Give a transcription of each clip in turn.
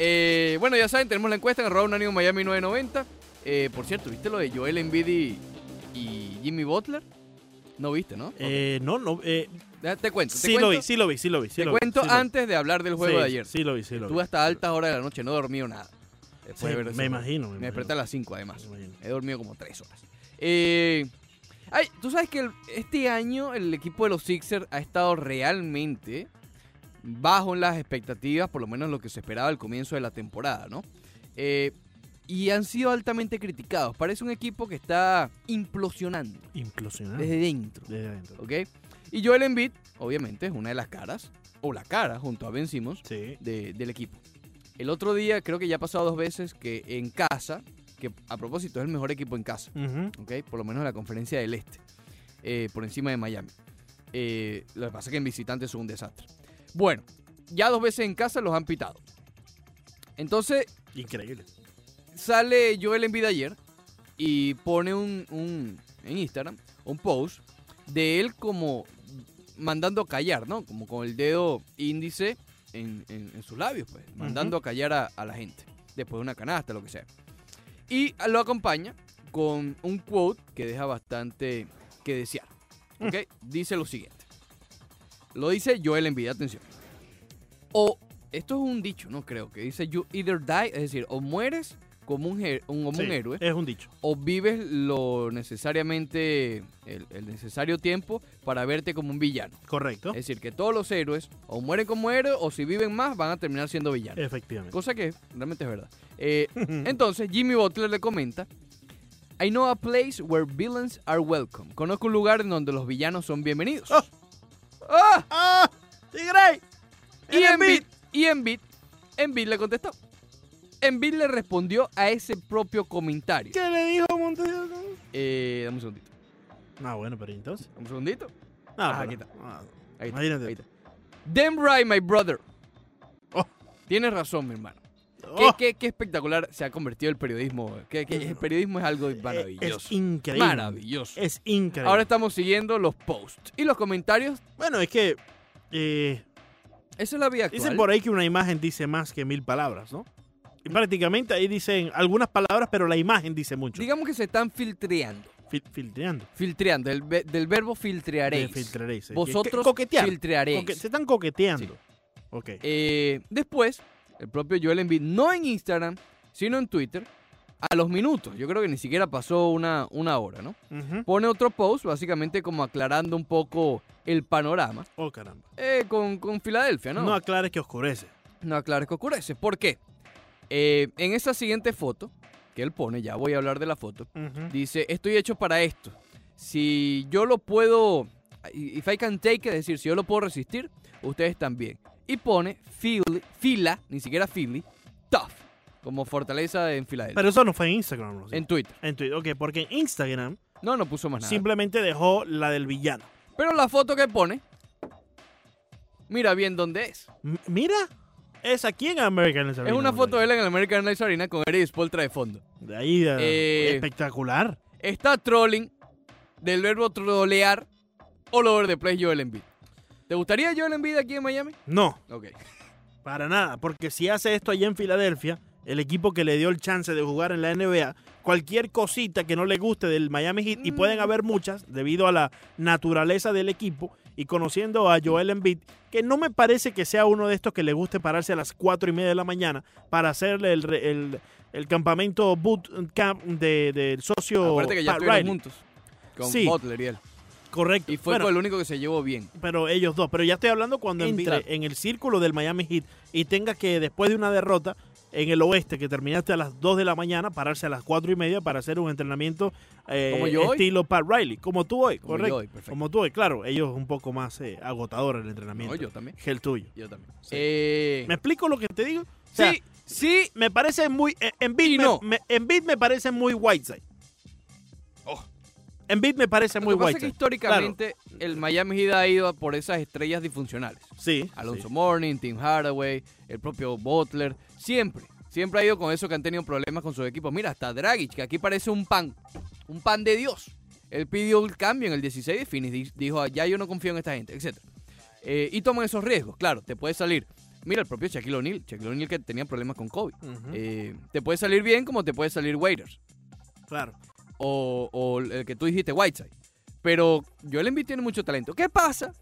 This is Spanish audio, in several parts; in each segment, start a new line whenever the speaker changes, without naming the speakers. Eh, bueno, ya saben, tenemos la encuesta en arroba unánimo Miami 990. Eh, por cierto, ¿viste lo de Joel Embiid y, y Jimmy Butler? No viste, ¿no?
Eh, no, no. eh,
Ya Te cuento. Te
sí
cuento,
lo vi, sí lo vi, sí lo vi. Sí
te
lo vi,
cuento
sí lo vi.
antes de hablar del juego
Sí,
de ayer.
Sí lo vi, sí lo vi.
Estuve hasta altas horas de la noche, no he dormido nada. Después
Sí,
de ver
me
ese juego.
imagino, me
Me
imagino.
desperté a las 5 además.
Me imagino.
He dormido como tres horas. Eh, ay, tú sabes que el- este año el equipo de los Sixers ha estado realmente bajo en las expectativas, por lo menos lo que se esperaba al comienzo de la temporada, ¿no? Eh, y han sido altamente criticados. Parece un equipo que está implosionando
Implosionante.
desde dentro,
Desde adentro.
¿ok? Y Joel Embiid, obviamente, es una de las caras, o la cara, junto a Ben Simmons,
Sí.
de- del equipo. El otro día, creo que ya ha pasado dos veces, que en casa, que a propósito es el mejor equipo en casa,
Ujú.
¿ok? Por lo menos en la conferencia del Este, eh, por encima de Miami. Eh, lo que pasa es que en visitantes son un desastre. Bueno, ya dos veces en casa los han pitado. Entonces
Increíble.
sale Joel Embiid ayer y pone un, un- en Instagram un post de él como mandando a callar, ¿no? Como con el dedo índice en, en- en sus labios, pues, mandando a callar a, a la gente, después de una canasta, lo que sea. Y lo acompaña con un quote que deja bastante que desear. ¿ok? Dice lo siguiente. Lo dice Joel Embiid, atención. O, esto es un dicho, ¿no? Creo, que dice you either die, es decir, o mueres como un, her- un- como
Sí,
un héroe,
Es un dicho.
o vives lo necesariamente, el, el necesario tiempo para verte como un villano.
Correcto.
Es decir, que todos los héroes o mueren como héroes, o si viven más, van a terminar siendo villanos.
Efectivamente.
Cosa que realmente es verdad. Eh,
Mm.
entonces, Jimmy Butler le comenta: I know a place where villains are welcome. Conozco un lugar en donde los villanos son bienvenidos.
¡Ah!
¡Ah!
¡Ah! ¡Tigre!
Y Embiid, y Embiid, Embiid le contestó. Embiid le respondió a ese propio comentario.
¿Qué le dijo Montes?
Eh, dame un segundito.
Ah, bueno, pero ¿y entonces.
Dame un segundito.
Ah,
Ah,
pero-
aquí está.
ah,
Ahí está.
Imagínate.
Ahí está. Damn right, my brother.
Oh.
Tienes razón, mi hermano. Qué,
oh,
qué- qué espectacular se ha convertido el periodismo. Qué- qué- el periodismo es algo maravilloso.
Eh, Es increíble.
Maravilloso.
Es increíble.
Ahora estamos siguiendo los posts y los comentarios.
Bueno, es que. eh,
Esa es la vida actual.
dicen por ahí que una imagen dice más que mil palabras, ¿no? Y prácticamente ahí dicen algunas palabras, pero la imagen dice mucho.
Digamos que se están filtreando.
Fil- filtreando.
Filtreando, del, ve- del verbo filtrearéis.
De filtraréis.
Vosotros
Que- coquetear.
filtrearéis.
Coque- se están coqueteando. Ok.
Eh, después, el propio Joel Embiid, no en Instagram, sino en Twitter, a los minutos. Yo creo que ni siquiera pasó una, una hora, ¿no?
Ujú.
Pone otro post, básicamente como aclarando un poco el panorama
Oh, caramba.
eh, con, con Filadelfia,
No,
¿no?
aclares que oscurece.
No aclares que oscurece. ¿Por qué? Eh, en esa siguiente foto que él pone, ya voy a hablar de la foto,
Ujú.
dice, estoy hecho para esto. Si yo lo puedo, if I can take it, es decir, si yo lo puedo resistir, ustedes también. Y pone Philly- fila, ni siquiera Philly, tough, como fortaleza en Filadelfia.
Pero eso no fue en Instagram, ¿no?
en Twitter.
En Twitter. Ok, porque en Instagram
No, no puso más nada.
simplemente dejó la del villano.
Pero la foto que pone, mira bien dónde es.
M- mira, es aquí en American Airlines
Es
Arena,
una
por
foto de
ahí.
él en el American Airlines Arena con Eric Spoltra de fondo.
De ahí, de-
Eh,
espectacular.
Está trolling, del verbo trolear, all over the place Joel Embiid. ¿Te gustaría Joel Embiid aquí en Miami?
No,
Ok.
para nada, porque si hace esto allá en Filadelfia, el equipo que le dio el chance de jugar en la NBA, cualquier cosita que no le guste del Miami Heat, y pueden
Mm.
haber muchas debido a la naturaleza del equipo y conociendo a Joel Embiid, que no me parece que sea uno de estos que le guste pararse a las 4 y media de la mañana para hacerle el, re- el- el campamento boot camp de- del socio
Aparte que ya
Pat
estuvieron
Riley.
juntos. Con
Sí.
Butler y él.
Correcto.
Y fue
Bueno,
con el único que se llevó bien.
pero ellos dos. Pero ya estoy hablando cuando
Entra.
entre en el círculo del Miami Heat y tenga que, después de una derrota en el oeste, que terminaste a las 2 de la mañana, pararse a las 4 y media para hacer un entrenamiento eh,
Como yo hoy.
estilo Pat Riley, como tú hoy,
Como
correcto.
yo hoy, perfecto.
como tú hoy, claro. Ellos un poco más eh, agotador el entrenamiento
No, yo también.
que el tuyo.
Yo también.
Sí.
Eh,
¿Me explico lo que te digo? O sea,
sí, sí.
Me parece muy. eh, Embiid
Y
me-
no.
me, Embiid me parece muy Whiteside. Embiid me parece muy
Oh. Lo que pasa es que
Whiteside.
históricamente el Miami Heat ha ido por esas estrellas disfuncionales.
Sí.
Alonso
sí.
Morning, Tim Hardaway, el propio Butler. Siempre. Siempre ha ido con eso que han tenido problemas con sus equipos. Mira, hasta Dragic, que aquí parece un pan. Un pan de Dios. Él pidió el cambio en el 16 de "Ah, Eh, Phoenix. di- Dijo, ya yo no confío en esta gente, etc. y toman esos riesgos. Claro, te puede salir Mira, el propio Shaquille O'Neal, Shaquille O'Neal que tenía problemas con COVID.
Ujú,
Eh, te puede salir bien como te puede salir Waiters
claro.
o, o el que tú dijiste, Whiteside. Pero Joel Embiid tiene mucho talento. ¿Qué pasa?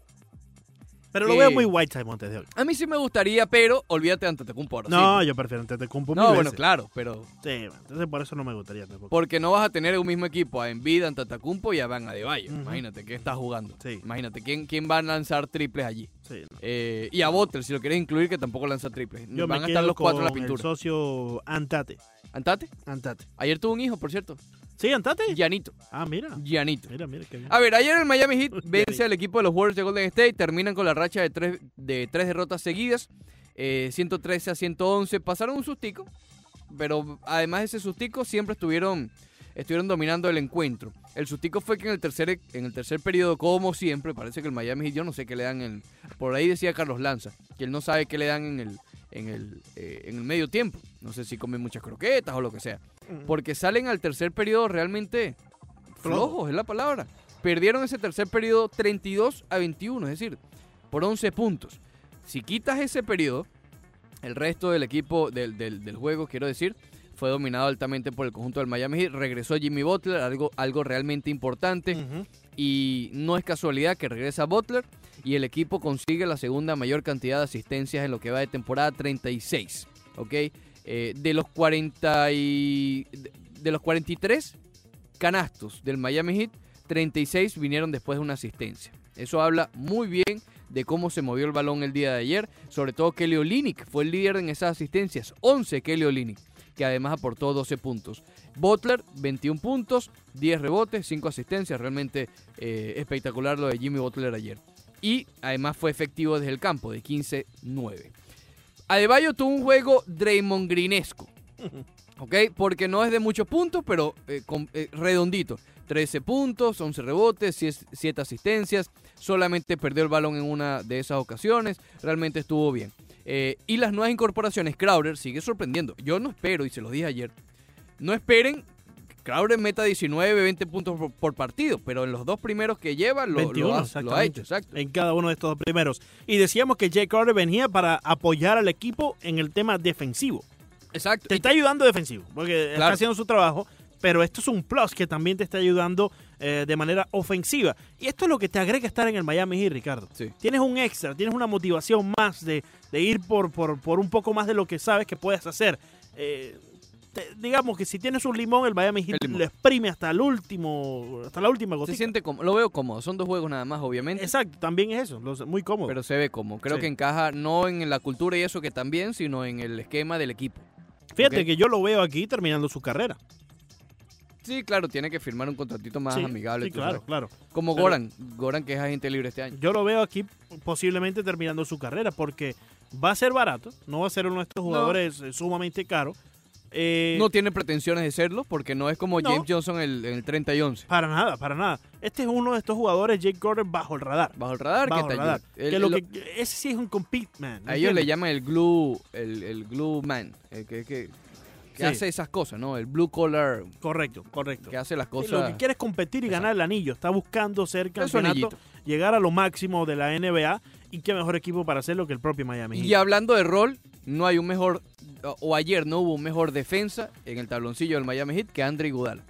Pero lo
que-
veo muy Whiteside Montes de hoy.
A mí sí me gustaría, pero olvídate de Antetokounmpo ahora.
No,
sí.
yo prefiero Antetokounmpo
No,
mil
bueno,
veces.
claro, pero
Sí, bueno, entonces por eso no me gustaría tampoco.
porque no vas a tener un mismo equipo a Embiid, Antetokounmpo y a Van Adebayo.
Ujú.
Imagínate quién está jugando.
Sí.
Imagínate quién quién va a lanzar triples allí.
Sí, no.
Eh, y a Botter, si lo quieres incluir, que tampoco lanza triples.
Yo
Van
me
a estar
quedo
los cuatro en la
con El
pintura.
socio Antate.
Antate,
Antate.
ayer tuvo un hijo, por cierto.
¿Sí, Antate?
Gianito.
Ah, mira.
Gianito.
Mira, mira, qué bien.
A ver, ayer el Miami Heat vence al equipo de los Warriors de Golden State, terminan con la racha de tres, de tres derrotas seguidas, eh, 113 a 111, pasaron un sustico, pero además de ese sustico siempre estuvieron, estuvieron dominando el encuentro. El sustico fue que en el tercer en el tercer periodo, como siempre, parece que el Miami Heat, yo no sé qué le dan en... Por ahí decía Carlos Lanza, que él no sabe qué le dan en el, en el, eh, en el medio tiempo. No sé si comen muchas croquetas o lo que sea.
Mm.
Porque salen al tercer periodo realmente
Flojo.
flojos, es la palabra. Perdieron ese tercer periodo 32 a 21, es decir, por 11 puntos. Si quitas ese periodo, el resto del equipo del, del- del juego, quiero decir, fue dominado altamente por el conjunto del Miami Heat. Regresó Jimmy Butler, algo, algo realmente importante.
Ujú.
Y no es casualidad que regresa Butler y el equipo consigue la segunda mayor cantidad de asistencias en lo que va de temporada 36. ¿Ok? Eh, de los 40 y- de- de los 43 canastos del Miami Heat, 36 vinieron después de una asistencia. Eso habla muy bien de cómo se movió el balón el día de ayer, sobre todo Kelly Olynyk fue el líder en esas asistencias, 11 Kelly Olynyk, que además aportó 12 puntos. Butler 21 puntos, 10 rebotes, 5 asistencias, realmente eh, espectacular lo de Jimmy Butler ayer. Y además fue efectivo desde el campo de 15-9. Adebayo tuvo un juego Draymond Greenesco. ¿ok? Porque no es de muchos puntos, pero eh, con- eh, redondito. 13 puntos, 11 rebotes, 7 asistencias. Solamente perdió el balón en una de esas ocasiones. Realmente estuvo bien. Eh, y las nuevas incorporaciones, Crowder sigue sorprendiendo. Yo no espero, y se los dije ayer, no esperen. que Crowder meta 19, 20 puntos por, por partido, pero en los dos primeros que lleva lo, lo
21,
ha- lo ha
exactamente.
hecho, exacto.
En cada uno de estos dos primeros. Y decíamos que Jay Carter venía para apoyar al equipo en el tema defensivo.
Exacto.
Te está ayudando defensivo, porque está
Claro.
haciendo su trabajo, pero esto es un plus que también te está ayudando eh, de manera ofensiva. Y esto es lo que te agrega estar en el Miami Heat, Ricardo.
Sí.
Tienes un extra, tienes una motivación más de, de ir por, por, por un poco más de lo que sabes que puedes hacer. Eh, te- digamos que si tienes un limón, el Miami Heat
El limón.
lo exprime hasta el último, hasta la última
Se
gotita.
siente como, lo veo cómodo. Son dos juegos nada más, obviamente.
Exacto, también es eso, los- muy cómodo.
Pero se ve como. Creo
Sí.
que encaja no en la cultura y eso que también, sino en el esquema del equipo.
Fíjate
ok.
que yo lo veo aquí terminando su carrera.
Sí, claro, tiene que firmar un contratito más
Sí,
amigable.
sí,
tú
claro,
sabes.
claro.
Como
Pero-
Goran. Goran que es agente libre este año.
Yo lo veo aquí posiblemente terminando su carrera porque va a ser barato, no va a ser uno de estos jugadores eh, sumamente caro. Eh,
No tiene pretensiones de serlo porque no es como
No.
James Johnson en el, en el 30 y 11.
Para nada, para nada. Este es uno de estos jugadores, Jake Gordon, bajo el radar.
Bajo el radar,
Bajo
que
el
te
radar.
ayuda.
Que
El-
lo
lo-
que- ese sí es un compete man.
a ellos le
¿entiendes?
llaman el glue, el, el glue man, el que, que- que
Sí.
hace esas cosas, ¿no? El blue collar,
Correcto, correcto.
que hace las
Sí, lo
cosas.
que quiere es competir y ganar el anillo. Está buscando ser
Es su
campeonato,
anillito.
llegar a lo máximo de la NBA y qué mejor equipo para hacerlo que el propio Miami. Heat.
Y hablando de rol, no hay un mejor, o ayer no hubo un mejor defensa en el tabloncillo del Miami Heat que Andre Iguodala.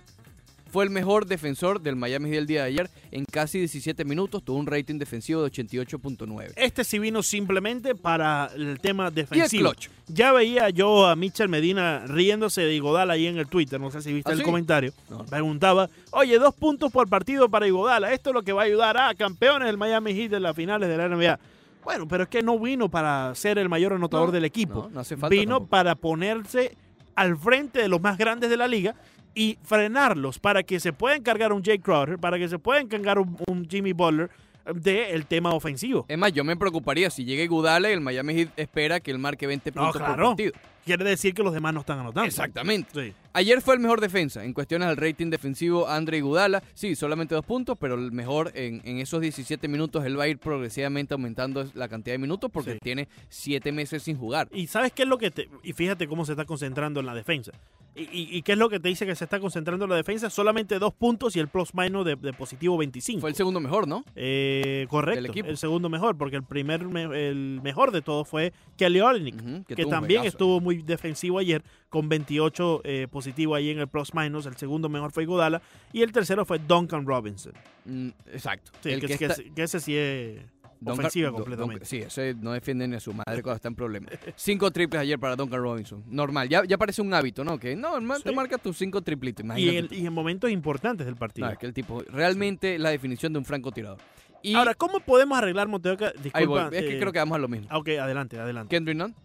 Fue el mejor defensor del Miami Heat el día de ayer en casi 17 minutos, tuvo un rating defensivo de 88.9.
Este sí vino simplemente para el tema
Y el
defensivo.
clutch.
Ya veía yo a Michel Medina riéndose de Igodala ahí en el Twitter, no sé si viste
¿Ah,
el
sí?
comentario.
No, no.
Preguntaba, oye, dos puntos por partido para Igodala, esto es lo que va a ayudar a campeones del Miami Heat en las finales de la NBA. Bueno, pero es que no vino para ser el mayor anotador
No,
del equipo.
no, no hace falta
vino
tampoco.
para ponerse al frente de los más grandes de la liga y frenarlos para que se pueda encargar un Jay Crowder, para que se pueda encargar un, un Jimmy Butler del tema ofensivo.
Es más, yo me preocuparía si llega Iguodala y el Miami Heat espera que él marque 20
No,
puntos por
claro.
partido.
Quiere decir que los demás no están anotando.
Exactamente.
Sí.
Ayer fue el mejor defensa en cuestiones al rating defensivo Andre Gudala. Sí, solamente dos puntos, pero el mejor en, en esos 17 minutos. Él va a ir progresivamente aumentando la cantidad de minutos porque
Sí.
tiene siete meses sin jugar.
Y sabes qué es lo que te. Y fíjate cómo se está concentrando en la defensa. Y, y- y qué es lo que te dice que se está concentrando en la defensa. Solamente dos puntos y el plus minus de, de positivo 25.
Fue el segundo mejor, ¿no?
Eh, correcto.
del equipo.
El segundo mejor, porque el primer me- el mejor de todos fue Kelly Olynyk,
Ujú,
que,
tuvo un
también
juegazo.
estuvo muy defensivo ayer, con 28 eh, positivo ahí en el plus minus. El segundo mejor fue Godala. Y el tercero fue Duncan Robinson.
Mm, exacto.
Sí,
El
que,
que
que-
está-
que ese sí es.
Duncan-
ofensiva
Dun-
completamente.
Duncan- sí, ese no defiende ni a su madre cuando está en problemas. Cinco triples ayer para Duncan Robinson. Normal, ya, ya parece un hábito, ¿no? Que no, hermano, te
Sí.
marca tus cinco triplitos.
Y
Imagínate.
en, y en momentos importantes del partido.
No, es que el tipo, realmente la definición de un francotirador. Y
Ahora, ¿cómo podemos arreglar Monteoca? Disculpa.
ahí voy. Es que
eh,
creo que vamos a lo mismo.
ah, Ok, adelante, adelante.
Kendrick Nunn,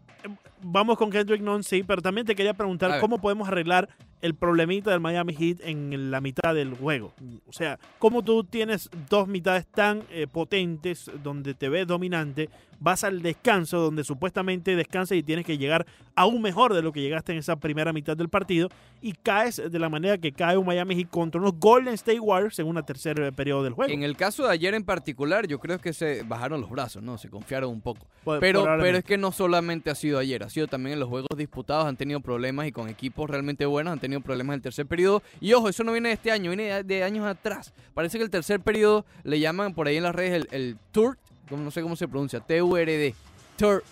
Vamos con Kendrick Nunn, sí, pero también te quería
A
preguntar
ver.
cómo podemos arreglar el problemita del Miami Heat en la mitad del juego. O sea, cómo tú tienes dos mitades tan eh, potentes donde te ves dominante, vas al descanso donde supuestamente descansas y tienes que llegar aún mejor de lo que llegaste en esa primera mitad del partido y caes de la manera que cae un Miami Heat contra unos Golden State Warriors en una tercer eh, periodo del juego.
en el caso de ayer en particular, yo creo que se bajaron los brazos, ¿no? Se confiaron un poco.
Po-
Pero, pero
Pues, probablemente.
es que no solamente ha sido ayer, ha sido también en los juegos disputados, han tenido problemas y con equipos realmente buenos han tenido problemas en el tercer periodo. Y ojo, eso no viene de este año, viene de- de años atrás. Parece que el tercer periodo le llaman por ahí en las redes el, el TURD, como- no sé cómo se pronuncia, T-U-R-D, TURD,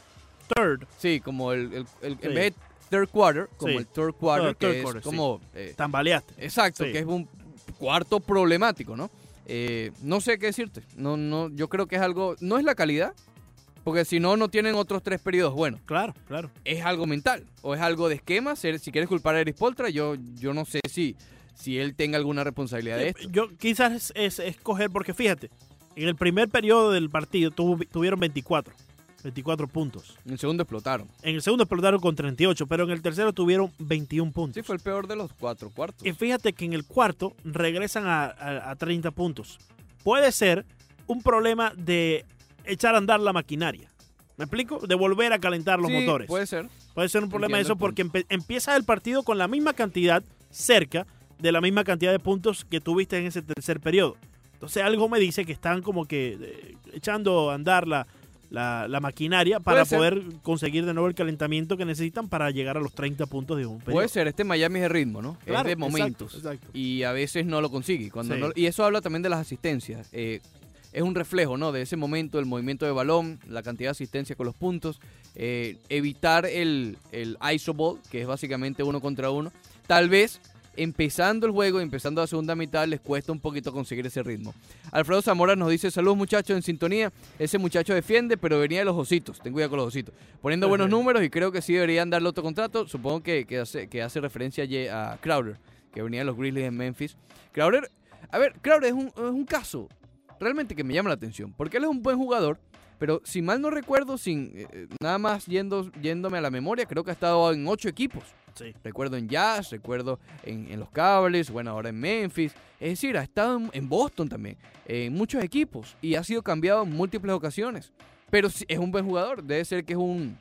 Third,
sí, como el, el- el-
Sí.
en vez de third quarter, como
Sí.
el third quarter,
No, el
que
third
es
quarter, sí.
como... eh,
tambaleaste.
Exacto,
Sí.
que es un cuarto problemático, ¿no? Eh, no sé qué decirte. No, no, yo creo que es algo. No es la calidad, porque si no, no tienen otros tres periodos. Bueno,
Claro, claro.
es algo mental o es algo de esquema. Ser- Si quieres culpar a Eris Poltra, yo, yo no sé si, si él tenga alguna responsabilidad de esto.
Eh, Yo quizás es, es escoger, porque fíjate, en el primer periodo del partido tuvo- tuvieron 24, 24 puntos.
En el segundo explotaron.
En el segundo explotaron con 38, pero en el tercero tuvieron 21 puntos.
Sí, fue el peor de los cuatro cuartos.
Y fíjate que en el cuarto regresan a, a- a 30 puntos. Puede ser un problema de echar a andar la maquinaria. ¿Me explico? De volver a calentar los
Sí,
motores.
Puede ser.
Puede ser un problema
Entiendo
eso
el
porque empe- empiezas el partido con la misma cantidad, cerca de la misma cantidad de puntos que tuviste en ese tercer periodo. Entonces algo me dice que están como que eh, echando a andar la, la- la maquinaria para
ser.
poder conseguir de nuevo el calentamiento que necesitan para llegar a los 30 puntos de un periodo.
Puede ser. Este Miami es de ritmo, ¿no?
Claro,
es de
exacto,
momentos.
exacto.
y a veces no lo consigue. Cuando
Sí.
no- y eso habla también de las asistencias. Eh, es un reflejo, ¿no? De ese momento, el movimiento de balón, la cantidad de asistencia con los puntos, eh, evitar el, el iso ball, que es básicamente uno contra uno. Tal vez empezando el juego, empezando la segunda mitad, les cuesta un poquito conseguir ese ritmo. Alfredo Zamora nos dice, saludos muchachos en sintonía. Ese muchacho defiende, pero venía de los ositos. Ten cuidado con los ositos. Poniendo buenos números y creo que sí deberían darle otro contrato. Supongo que, que hace, que hace referencia a Ye- a Crowder, que venía de los Grizzlies en Memphis. Crowder, a ver, Crowder es un, es un caso realmente que me llama la atención. Porque él es un buen jugador, pero si mal no recuerdo, sin eh, eh, nada más yendo, yéndome a la memoria, creo que ha estado en ocho equipos.
Sí.
Recuerdo en Jazz, recuerdo en, en Los Cables, bueno, ahora en Memphis. Es decir, ha estado en, en Boston también, en muchos equipos y ha sido cambiado en múltiples ocasiones. Pero sí, es un buen jugador, debe ser que es un...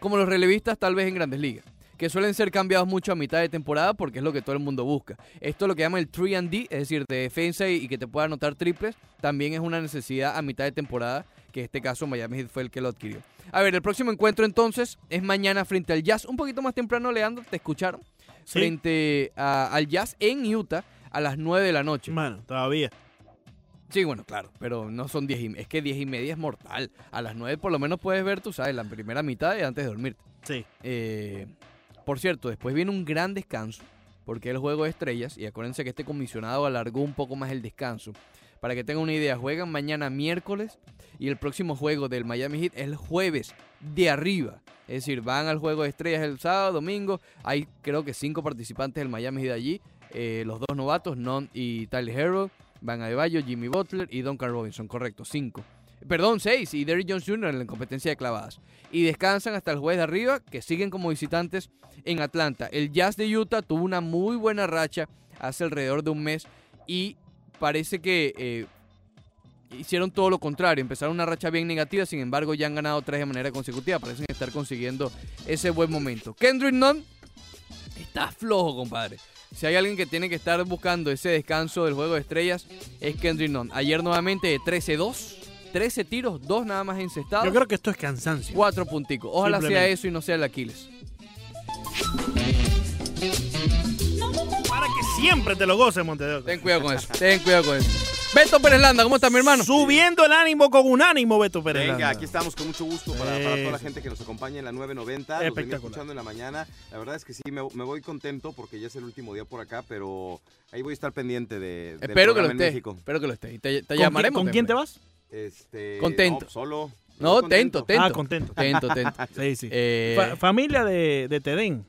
Como los relevistas tal vez en grandes ligas, que suelen ser cambiados mucho a mitad de temporada porque es lo que todo el mundo busca. Esto es lo que llaman el 3 and D, es decir, de defensa y, y que te pueda anotar triples, también es una necesidad a mitad de temporada, que en este caso Miami Heat fue el que lo adquirió. A ver, el próximo encuentro entonces es mañana frente al Jazz. Un poquito más temprano, Leandro, te escucharon.
Sí.
Frente a- al Jazz en Utah a las 9 de la noche.
Mano, todavía.
Sí, bueno, claro, pero no son 10 y media. Es que 10 y media es mortal. A las 9 por lo menos puedes ver, tú sabes, la primera mitad y antes de dormirte.
Sí.
Eh, por cierto, después viene un gran descanso, porque el juego de estrellas, y acuérdense que este comisionado alargó un poco más el descanso. Para que tengan una idea, juegan mañana miércoles y el próximo juego del Miami Heat es el jueves de arriba. Es decir, van al juego de estrellas el sábado, domingo. Hay creo que cinco participantes del Miami Heat allí. Eh, los dos novatos, Non y Tyler Hero, Van Adebayo, Jimmy Butler y Duncan Robinson. Correcto, cinco. Perdón, seis. Y Derrick Jones Jr. en la competencia de clavadas y descansan hasta el jueves de arriba, que siguen como visitantes en Atlanta. El Jazz de Utah tuvo una muy buena racha hace alrededor de un mes y parece que eh, hicieron todo lo contrario. Empezaron una racha bien negativa, sin embargo ya han ganado tres de manera consecutiva. Parecen estar consiguiendo ese buen momento. Kendrick Nunn Está flojo, compadre. Si hay alguien que tiene que estar buscando ese descanso del juego de estrellas, es Kendrick Nunn. Ayer nuevamente de 13-2, 13 tiros, 2 nada más encestados,
Yo creo que esto es cansancio.
4 punticos. Ojalá sea
Simplemente.
eso y no sea el Aquiles.
Para que siempre te lo goces, Montedeoca.
Ten cuidado con eso, ten cuidado con eso. Beto Pérez Landa, ¿cómo está mi hermano?
Subiendo el ánimo con un ánimo, Beto Pérez.
Venga,
Landa.
aquí estamos con mucho gusto para, para toda la
Eso.
gente que nos acompaña en la 990. Los venía
Espectacular.
escuchando en la mañana. La verdad es que sí, me, me voy contento porque ya es el último día por acá, pero ahí voy a estar pendiente de. del
Espero que lo
programa en
estés,
México.
espero que lo estés. Y Te, te
¿Con quién-
llamaremos.
¿Con quién te vas?
Este,
Contento.
no, solo.
No,
Estoy
tento, tento.
Ah, contento.
Tento, tento.
Sí, sí.
Eh,
Fa- familia de, de Tedén.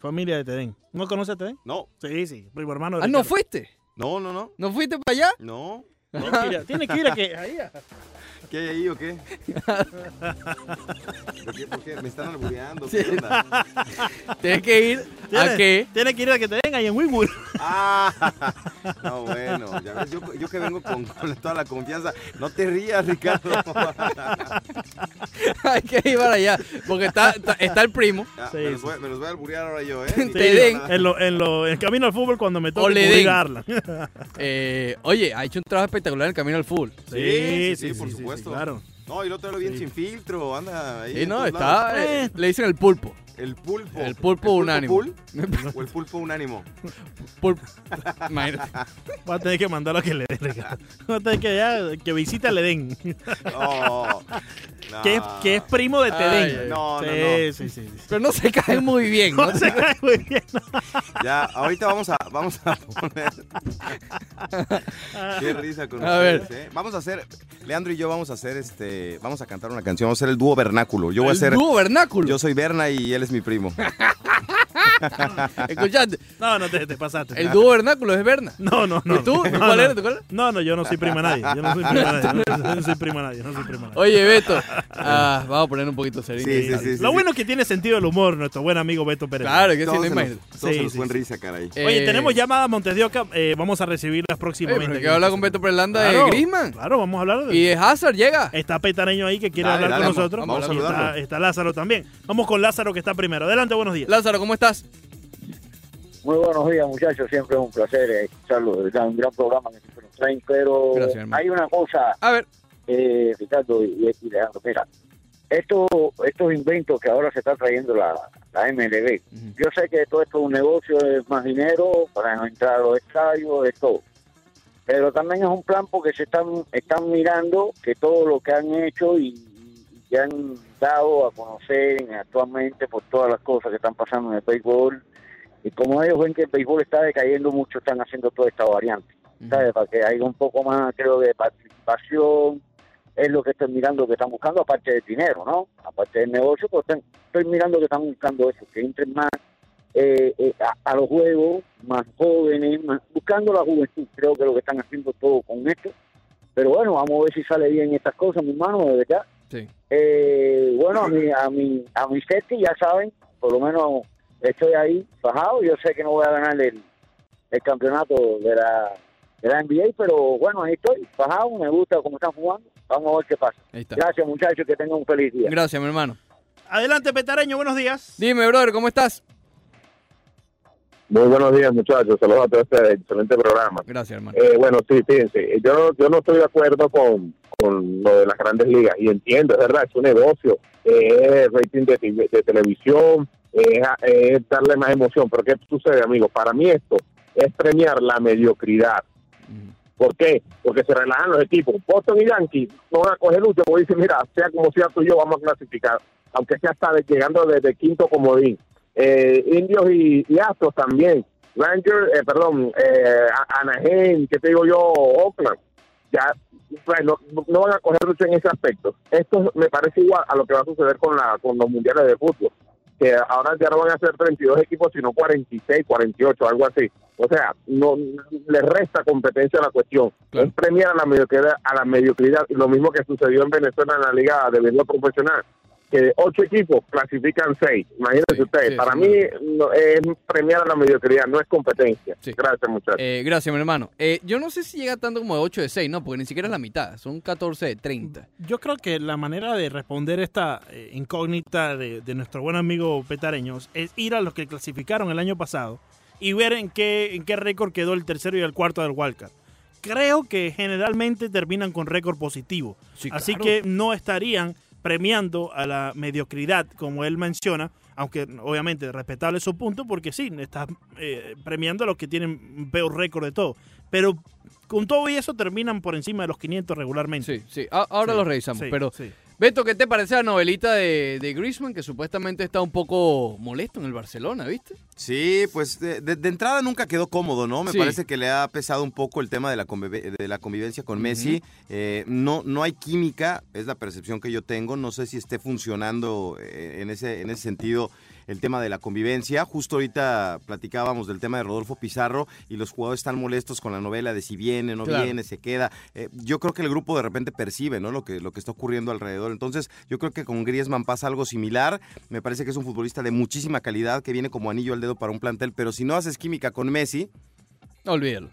Familia de Tedén. ¿No conoces a Tedén?
No,
Sí, sí. Primo hermano de
ah, ¿no
Ricardo.
fuiste?
no, no, no.
¿No fuiste para allá?
No.
Tiene que ir a- Tiene que ir a que. ahí a-
¿Qué hay ahí o qué? ¿Por qué? por qué? ¿Me están albureando? ¿Qué
Sí.
onda?
Tienes que ir a
tiene-
que
Tiene que ir a que Tedén ahí en Winwood.
Ah, no, bueno, ya ves, yo, yo que vengo con, con toda la confianza. No te rías, Ricardo.
hay que ir para allá. Porque está, está, está el primo.
Ya,
Sí,
me, los
sí,
voy, me los voy a alburear ahora yo, ¿eh?
Te
Ni-
den.
nada.
En, lo, en, lo, en camino al fútbol cuando me
O
toque
le
cubrir
den.
a Arlan.
Eh, oye, ha hecho un trabajo espectacular en el camino al fútbol.
Sí, sí, sí, por supuesto.
claro.
No, y lo traigo bien
Sí.
sin filtro, anda ahí.
Y
en
no,
todos lados.
está. eh,
Eh.
le dicen el pulpo.
El pulpo.
el pulpo unánimo.
pul? ¿O el pulpo unánimo?
Pulpo. Imagínate.
Va a tener que mandarlo a que le den. Ricardo. Va a tener que, ya, que visita le den.
No, no.
Que, es, que es primo de
Ay,
Tedén.
ay.
Ah. No, no,
sí,
no.
sí, sí, sí.
Pero no se caen muy bien. ¿no?
No se cae muy bien.
Ya, ahorita vamos a, vamos a poner. Qué risa con
A
ustedes, ¿eh? Vamos a hacer. Leandro y yo vamos a hacer este. Vamos a cantar una canción. Vamos a hacer el dúo vernáculo. Yo voy a
El
ser.
dúo vernáculo.
Yo soy Berna y él es mi primo.
Escuchate,
No, no te, te pasaste.
el dúo vernáculo es Berna.
No, no, no.
¿Y tú? ¿Y
No,
cuál
no.
era? ¿Tú cuál era?
No, no, yo no soy prima de nadie. Yo no soy prima de nadie. Yo no soy prima de nadie. Yo no soy prima de nadie.
Oye, Beto. Ah, vamos a poner un poquito serio.
Sí, sí, sí.
Lo bueno es que tiene sentido el humor nuestro buen amigo Beto Pérez.
Claro, que sí,
Todos
no
se nos-
imagínate.
todos
Sí,
se nos
sí,
fue en
sí.
risa, caray.
Oye,
Eh,
tenemos llamadas a Montedioca. eh, vamos a recibirlas
eh,
próximamente.
pero que habla con Beto Perlanda
Claro,
de Grisman.
Claro, vamos a hablar de...
Y de Hazard llega.
Está Petareño ahí que quiere
Dale,
hablar
dale,
con
vamos,
nosotros.
vamos a
Y está,
saludarlo.
está Lázaro también. Vamos con Lázaro que está primero. Adelante, buenos días.
Lázaro, ¿cómo estás?
Muy buenos días, muchachos. Siempre es un placer eh, escucharlos. Es un gran programa que siempre nos traen. Pero
Gracias, hermano.
hay una cosa,
A ver,
eh, Ricardo y, y Alejandro. Mira, esto, estos inventos que ahora se está trayendo la, la MLB,
Ujú.
yo sé que todo esto es un negocio, es más dinero para entrar a los estadios, es todo. Pero también es un plan porque se están, están mirando que todo lo que han hecho y, y que han dado a conocer en- actualmente por todas las cosas que están pasando en el béisbol. Y como ellos ven que el béisbol está decayendo mucho, están haciendo toda esta variante. ¿sabes? Para que haya un poco más, creo, de participación. Es lo que estoy mirando que están buscando, aparte del dinero, ¿no? Aparte del negocio, pues están- estoy mirando que están buscando eso, que entren más eh, eh, a, a los juegos, más jóvenes, más- buscando la juventud. Creo que lo que están haciendo todo con esto. Pero bueno, vamos a ver si sale bien estas cosas, mi hermano, de verdad.
sí.
Eh, bueno, a mi, a mi, a mi seti ya saben, por lo menos estoy ahí bajado. Yo sé que no voy a ganar el, el campeonato de la, de la NBA, pero bueno, ahí estoy bajado. Me gusta cómo están jugando. Vamos a ver qué pasa.
Ahí está.
Gracias, muchachos, que tengan un feliz día.
Gracias, mi hermano.
Adelante, Petareño, buenos días.
Dime, brother, ¿cómo estás?
Muy buenos días, muchachos. Saludos a todos este excelente programa.
Gracias, hermano.
Eh, bueno, sí, fíjense, yo, yo no estoy de acuerdo con, con lo de las grandes ligas y entiendo, es verdad, es un negocio, eh, es rating de, TV de televisión, eh, es a- eh, es darle más emoción. Pero ¿qué sucede, amigo? Para mí esto es premiar la mediocridad.
Ujú.
¿Por qué? Porque se relajan los equipos. Boston y Yankees no van a coger lucha porque dicen, mira, sea como sea tú y yo vamos a clasificar, aunque sea hasta de- llegando desde quinto comodín. Eh, indios y, y Astros también. Ranger, eh, perdón, eh, A- Anaheim, ¿qué te digo yo? Oakland. Ya, bueno, no, no van a coger lucha en ese aspecto. Esto me parece igual a lo que va a suceder con, la, con los mundiales de fútbol. Que ahora ya no van a ser 32 equipos, sino 46, 48, algo así. O sea, no le resta competencia a la cuestión.
Claro.
Es premiar a la mediocridad, a la mediocridad, y lo mismo que sucedió en Venezuela en la liga de béisbol profesional, que que ocho equipos clasifican seis. Imagínense
Sí,
ustedes,
sí,
para
sí,
mí no, es premiar a la mediocridad, no es competencia.
Sí.
Gracias, muchachos.
Eh, gracias, mi hermano. Eh, yo no sé si llega tanto como de 8 de 6, no, porque ni siquiera es la mitad. Son 14 de 30.
Yo creo que la manera de responder esta eh, incógnita de, de nuestro buen amigo Petareños es ir a los que clasificaron el año pasado y ver en qué, en qué récord quedó el tercero y el cuarto del Wildcard. Creo que generalmente terminan con récord positivo.
Sí,
Así
claro.
que no estarían premiando a la mediocridad, como él menciona, aunque obviamente respetable su punto, porque sí, estás eh, premiando a los que tienen peor récord de todo. Pero con todo y eso terminan por encima de los 500 regularmente.
Sí, sí. A- ahora
Sí,
lo revisamos.
sí,
pero,
sí.
Beto, ¿qué te parece la novelita de, de Griezmann, que supuestamente está un poco molesto en el Barcelona, viste?
Sí, pues de, de- de entrada nunca quedó cómodo, ¿no? Me
Sí.
parece que le ha pesado un poco el tema de la, convive- de la convivencia con
Ujú.
Messi. Eh, no, no hay química, es la percepción que yo tengo. No sé si esté funcionando eh, en, ese, en ese sentido el tema de la convivencia. Justo ahorita platicábamos del tema de Rodolfo Pizarro y los jugadores están molestos con la novela de si viene, no
Claro.
viene, se queda. Eh, yo creo que el grupo de repente percibe, ¿no? Lo que, lo que está ocurriendo alrededor. Entonces, yo creo que con Griezmann pasa algo similar. Me parece que es un futbolista de muchísima calidad que viene como anillo al dedo para un plantel, pero si no haces química con Messi,
Olvídalo.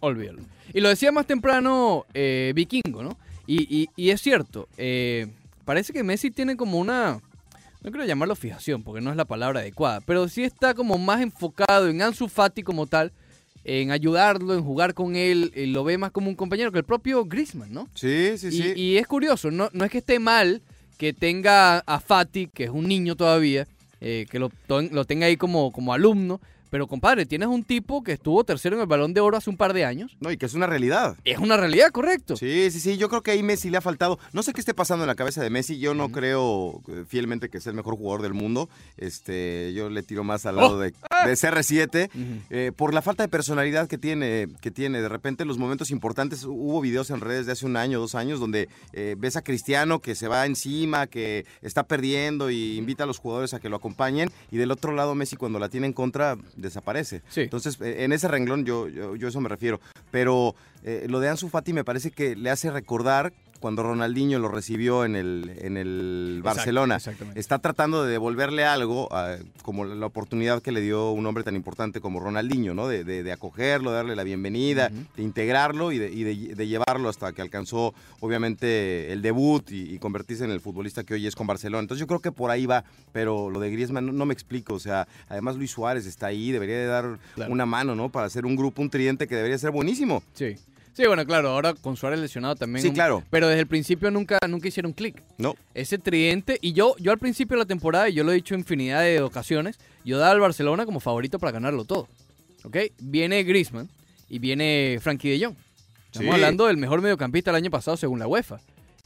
Olvídalo. Y lo decía más temprano eh, Vikingo, ¿no? Y, y- y es cierto, eh, parece que Messi tiene como una. No quiero llamarlo fijación, porque no es la palabra adecuada, pero sí está como más enfocado en Ansu Fati como tal, en ayudarlo, en jugar con él, y lo ve más como un compañero que el propio Griezmann, ¿no?
sí, sí,
Y,
sí.
y es curioso, no, no es que esté mal que tenga a Fati, que es un niño todavía, eh, que lo, ton- lo tenga ahí como, como alumno, pero compadre, tienes un tipo que estuvo tercero en el Balón de Oro hace un par de años.
No, y que es una realidad.
Es una realidad, correcto.
Sí, sí, sí, yo creo que ahí Messi le ha faltado. No sé qué esté pasando en la cabeza de Messi, yo no
Ujú.
creo eh, fielmente que sea el mejor jugador del mundo. Este, yo le tiro más al lado de, de CR7.
Ujú.
eh, por la falta de personalidad que tiene, que tiene, de repente en los momentos importantes hubo videos en redes de hace un año, dos años, donde eh, ves a Cristiano que se va encima, que está perdiendo y invita a los jugadores a que lo acompañen, y del otro lado Messi cuando la tiene en contra desaparece.
Sí.
Entonces, eh, en ese renglón yo, yo, yo a eso me refiero. Pero eh, lo de Ansu Fati me parece que le hace recordar cuando Ronaldinho lo recibió en el, en el Barcelona.
Eh,
Exactamente.
Está tratando de devolverle algo, a- como la oportunidad que le dio un hombre tan importante como Ronaldinho, ¿no? De, de- de acogerlo, darle la bienvenida,
Ujú.
de integrarlo y, de, y de- de llevarlo hasta que alcanzó, obviamente, el debut y, y convertirse en el futbolista que hoy es con Barcelona. Entonces yo creo que por ahí va, pero lo de Griezmann no, no me explico. O sea, además Luis Suárez está ahí, debería de dar
Claro.
una mano, ¿no? Para hacer un grupo, un tridente que debería ser buenísimo.
Sí. Sí, bueno, claro, ahora con Suárez lesionado también.
Sí, claro.
Pero desde el principio nunca, nunca hicieron clic.
No,
Ese tridente, y yo, yo al principio de la temporada, y yo lo he dicho infinidad de ocasiones, yo daba al Barcelona como favorito para ganarlo todo. ¿Ok? Viene Griezmann y viene Frankie de Jong. Estamos
Sí.
hablando del mejor mediocampista el año pasado según la UEFA.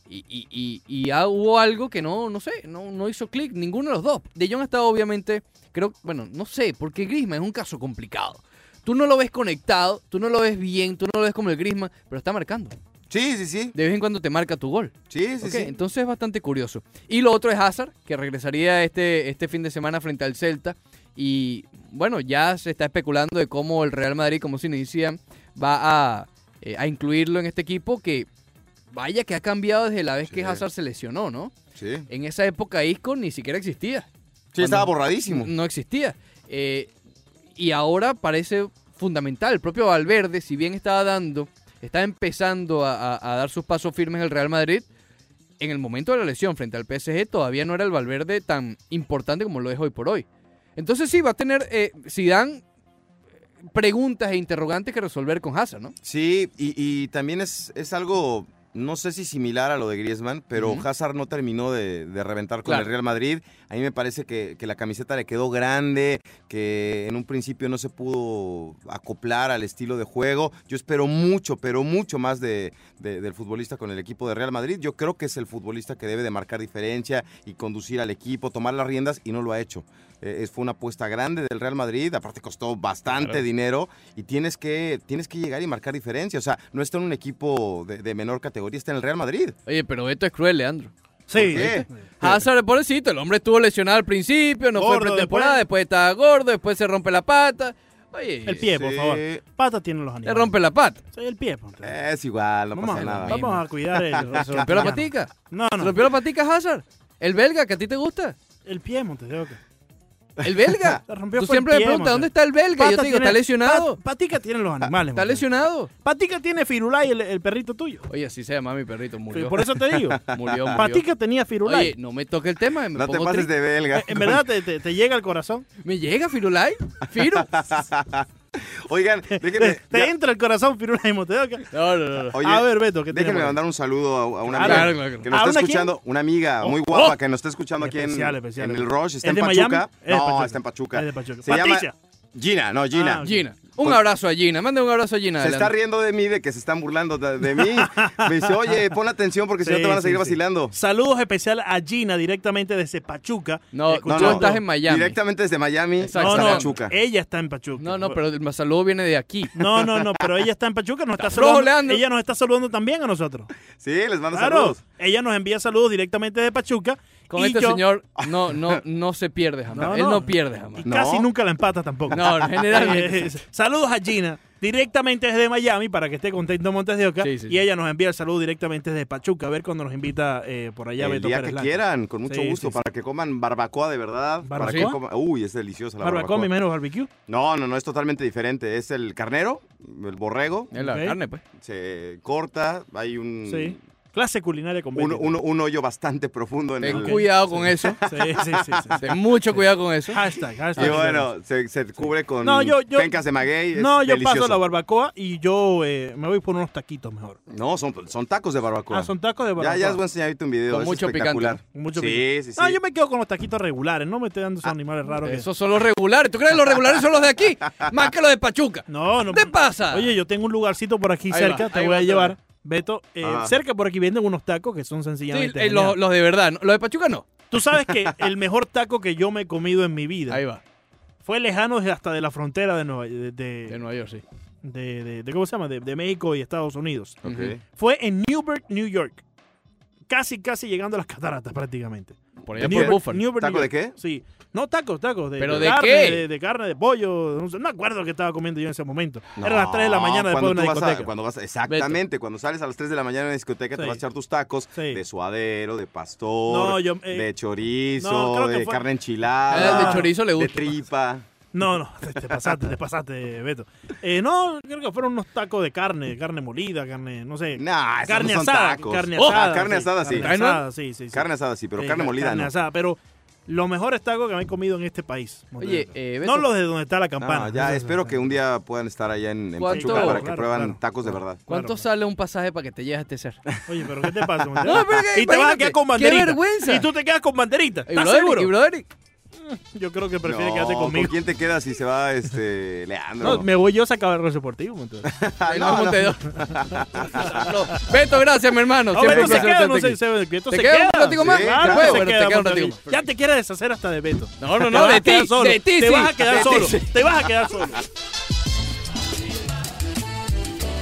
Y, y, y, y ah, hubo algo que no, no sé, no, no hizo clic, ninguno de los dos. De Jong estaba obviamente, creo, bueno, no sé, porque Griezmann es un caso complicado. Tú no lo ves conectado, tú no lo ves bien, tú no lo ves como el Griezmann, pero está marcando.
sí, sí, sí.
De vez en cuando te marca tu gol.
Sí, sí,
Ok,
sí.
Entonces es bastante curioso. Y lo otro es Hazard, que regresaría este, este fin de semana frente al Celta. Y bueno, ya se está especulando de cómo el Real Madrid, como se inicia, va a, eh, a incluirlo en este equipo que vaya que ha cambiado desde la vez
Sí.
que Hazard se lesionó, ¿no?
Sí,
En esa época Isco ni siquiera existía.
Sí, estaba
Cuando-
borradísimo.
No existía. Eh, y ahora parece fundamental. El propio Valverde, si bien estaba dando, está empezando a, a- a dar sus pasos firmes en el Real Madrid, en el momento de la lesión frente al PSG todavía no era el Valverde tan importante como lo es hoy por hoy. Entonces sí, va a tener si dan preguntas e interrogantes que resolver con Hazard, ¿no?
Sí, y, y también es, es algo, no sé si similar a lo de Griezmann, pero
Ujú.
Hazard no terminó de, de reventar con
Claro.
el Real Madrid. A mí me parece que, que la camiseta le quedó grande, que en un principio no se pudo acoplar al estilo de juego. Yo espero mucho, pero mucho más de, de- del futbolista con el equipo de Real Madrid. Yo creo que es el futbolista que debe de marcar diferencia y conducir al equipo, tomar las riendas, y no lo ha hecho. Eh, es- fue una apuesta grande del Real Madrid, aparte costó bastante dinero y tienes que, tienes que llegar y marcar diferencia. O sea, no está en un equipo de, de menor categoría, está en el Real Madrid.
Oye, pero esto es cruel, Leandro.
Sí.
qué?
Hazard, pobrecito, el hombre estuvo lesionado al principio, no fue
Gordo,
pretemporada, después... estaba gordo, después se rompe la pata. Oye,
El pie, por
Sí.
favor. Pata tienen los
se
animales.
rompe la pata.
Sí, el pie, por favor.
Es igual, Eh, no
vamos,
pasa
a-
nada.
mamá.
vamos a cuidar el
¿Se rompió la patica?
Ah, No,
¿Se
no.
rompió la patica Hazard? El belga, que a ti te gusta.
El Piemonte, digo que.
El belga.
La rompió
Tú
fue el
siempre me preguntas,
Piemonte.
¿dónde está el belga? Yo te digo,
Pata tiene-
está lesionado. Ah,
Pat- patica tienen los animales.
Está
muchacho.
lesionado.
Patica tiene Firulai, el, el perrito tuyo.
Oye, así se llama mi perrito, murió.
Por eso te digo.
Murió, murió.
Patica tenía Firulai. Eh,
Oye, no me toque el tema, me
No te
pongo
pases
triste.
de belga.
en verdad te, te- te llega al corazón.
Me llega Firulai, Firo.
Oigan,
Te,
déjenme.
te
ya-
entra el corazón Firulai Montedoca.
No, no, no, no.
oye,
A ver, Beto, ¿qué
déjenme
tenemos?
mandar un saludo a, a
Claro,
una amiga
claro, claro.
que nos
¿A
está
una quién?
escuchando. Una amiga
Oh,
muy guapa
oh.
que nos está escuchando aquí en,
Especial, especial.
en el Rush. Está
¿Es
en
de Miami?
Pachuca.
Es de
no,
Pachuca.
está en Pachuca.
Es de Pachuca.
Se
Patricia.
llama Gina, no, Gina.
Ah, ok.
Gina. Un abrazo a Gina. Manda un abrazo a Gina.
Se está
adelante.
riendo de mí, de que se están burlando de, de mí. Me dice, oye, pon atención porque si no
Sí,
te van a
sí,
seguir
sí.
vacilando.
Saludos especial a Gina directamente desde Pachuca.
No,
No,
no,
escuchando-
no. estás en Miami.
Directamente desde Miami
Exacto.
hasta
No, no.
Pachuca.
Ella está en Pachuca.
No, no, pero el saludo viene de aquí.
No, no, no, pero ella está en Pachuca, nos está
Rojo,
saludando.
Leandro.
Ella nos está saludando también a nosotros.
Sí, les mando
Claro,
saludos.
ella nos envía saludos directamente de Pachuca.
Con
y
este
yo-
señor no, no, no se pierde jamás.
No,
Él
no.
no pierde jamás.
Y casi
No.
nunca la empata tampoco.
No,
Eh,
generalmente.
saludos a Gina directamente desde Miami para que esté contento Montes de Oca.
Sí, sí,
y
sí.
ella nos envía el saludo directamente desde Pachuca. A ver cuando nos invita eh, por allá
el
Beto
día
Pérez
que
Landa.
quieran, con mucho
Sí,
gusto,
sí,
para que coman barbacoa de verdad. Para que
¿Barbacoa?
coman- Uy, es deliciosa la
Barbacoa,
barbacoa.
mi menos barbecue.
No, no, no, es totalmente diferente. Es el carnero, el borrego,
Es la
Ok.
carne, pues.
se corta, hay un,
Sí. Clase culinaria con
un,
Betty.
un- un hoyo bastante profundo en
Ten
el...
cuidado con eso.
Sí, sí, sí. sí, sí. Ah,
Ten mucho cuidado con eso.
Hashtag, hashtag.
Y bueno, se, se cubre con
No, yo- yo-
pencas de maguey. es
No, yo
delicioso.
paso la barbacoa y yo eh, me voy por unos taquitos mejor.
No, son, son tacos de barbacoa.
Ah, son tacos de
Ya,
barbacoa.
ya os voy a enseñar ahorita un video.
Con
es
mucho picante.
espectacular.
Mucho
sí,
picante.
sí, Ah, sí.
No, yo me quedo con los taquitos regulares. No me estoy dando esos animales raros. que-
Esos son los regulares. ¿Tú crees que los regulares son los de aquí? Más que los de Pachuca.
No, no.
¿Qué pasa?
Oye, yo tengo un lugarcito por aquí
Ahí
cerca.
va,
te
ahí
voy a
va,
llevar.
te
Beto, eh,
Ajá.
cerca por aquí venden unos tacos que son
Sí,
sencillamente.
eh, los,
geniales.
los de verdad. ¿no? Los de Pachuca no.
Tú sabes que el mejor taco que yo me he comido en mi vida
Ahí va.
fue lejano de- hasta de la frontera de Nueva de, de-
De Nueva York, sí.
de- de- de- ¿cómo se llama? De, de México y Estados Unidos.
Ok.
Ujú.
Fue en Newburgh, New York. Casi, casi llegando a las cataratas prácticamente.
Por allá
New
por
York-
Búfalo.
New York,
¿Taco
New
de
York.
qué?
Sí. No, tacos, tacos. De,
¿Pero
de
de
carne,
qué?
De, de carne, de pollo. No, sé, no me acuerdo qué estaba comiendo yo en ese momento.
No,
Era las 3 de la mañana después de
cuando
una
tú vas a-
discoteca.
cuando vas, exactamente, cuando sales a las 3 de la mañana en la discoteca te
Sí.
vas a echar tus tacos
Sí.
de suadero, de pastor,
No, yo, eh,
de
no,
chorizo,
creo que
de
fue-
carne
Ah,
enchilada,
el de chorizo le
de
gusta.
tripa.
No, no, te, te pasaste, te pasaste, Beto. Eh, no, creo que fueron unos tacos de carne, carne molida, carne, no sé.
Nah, esos
carne,
no son
asada,
tacos.
carne
Oh,
asada,
carne asada, sí.
Carne asada, sí, sí. sí.
Carne asada sí, pero
Sí,
carne molida
carne
no.
asada, pero los mejores tacos que me he comido en este país. Montevideo.
eh,
no
Beto.
los de donde está la
No,
campana.
ya
Esos-
espero que un día puedan estar allá en, en
¿Cuánto?
Pachuca para que
Claro,
prueban
claro.
tacos de verdad.
¿Cuánto
Claro,
sale un pasaje para que te llegues a este ser?
Oye, pero ¿qué te pasa? Montevideo?
No, pero que-
y te vas a
imagínate,
quedar con
qué
banderita.
vergüenza.
Y tú te quedas con banderita.
¿Y
¿Estás
brother? ¿Y
seguro?
brother?
Yo creo que prefiere
No,
quedarse
¿Con
conmigo.
quién te quedas si se va este Leandro?
No, me voy yo a sacar el deportivo, Montevideo.
Ah,
Ahí
no,
nos
no.
Montevideo. No. Beto, gracias, mi hermano.
No,
Siempre
Beto
un
se
placer
queda, no
tenerte
se,
aquí.
se, Beto
¿Te
se
queda
queda.
un platico más?
Sí,
Claro,
claro.
se
Bueno,
queda,
te queda un
Monterrey.
platico.
Ya te quieres deshacer hasta de Beto.
No, no,
Te
no,
vas a
de ti,
quedar solo.
de ti
Te
sí.
vas a quedar
De ti
solo.
sí.
Te vas a quedar solo.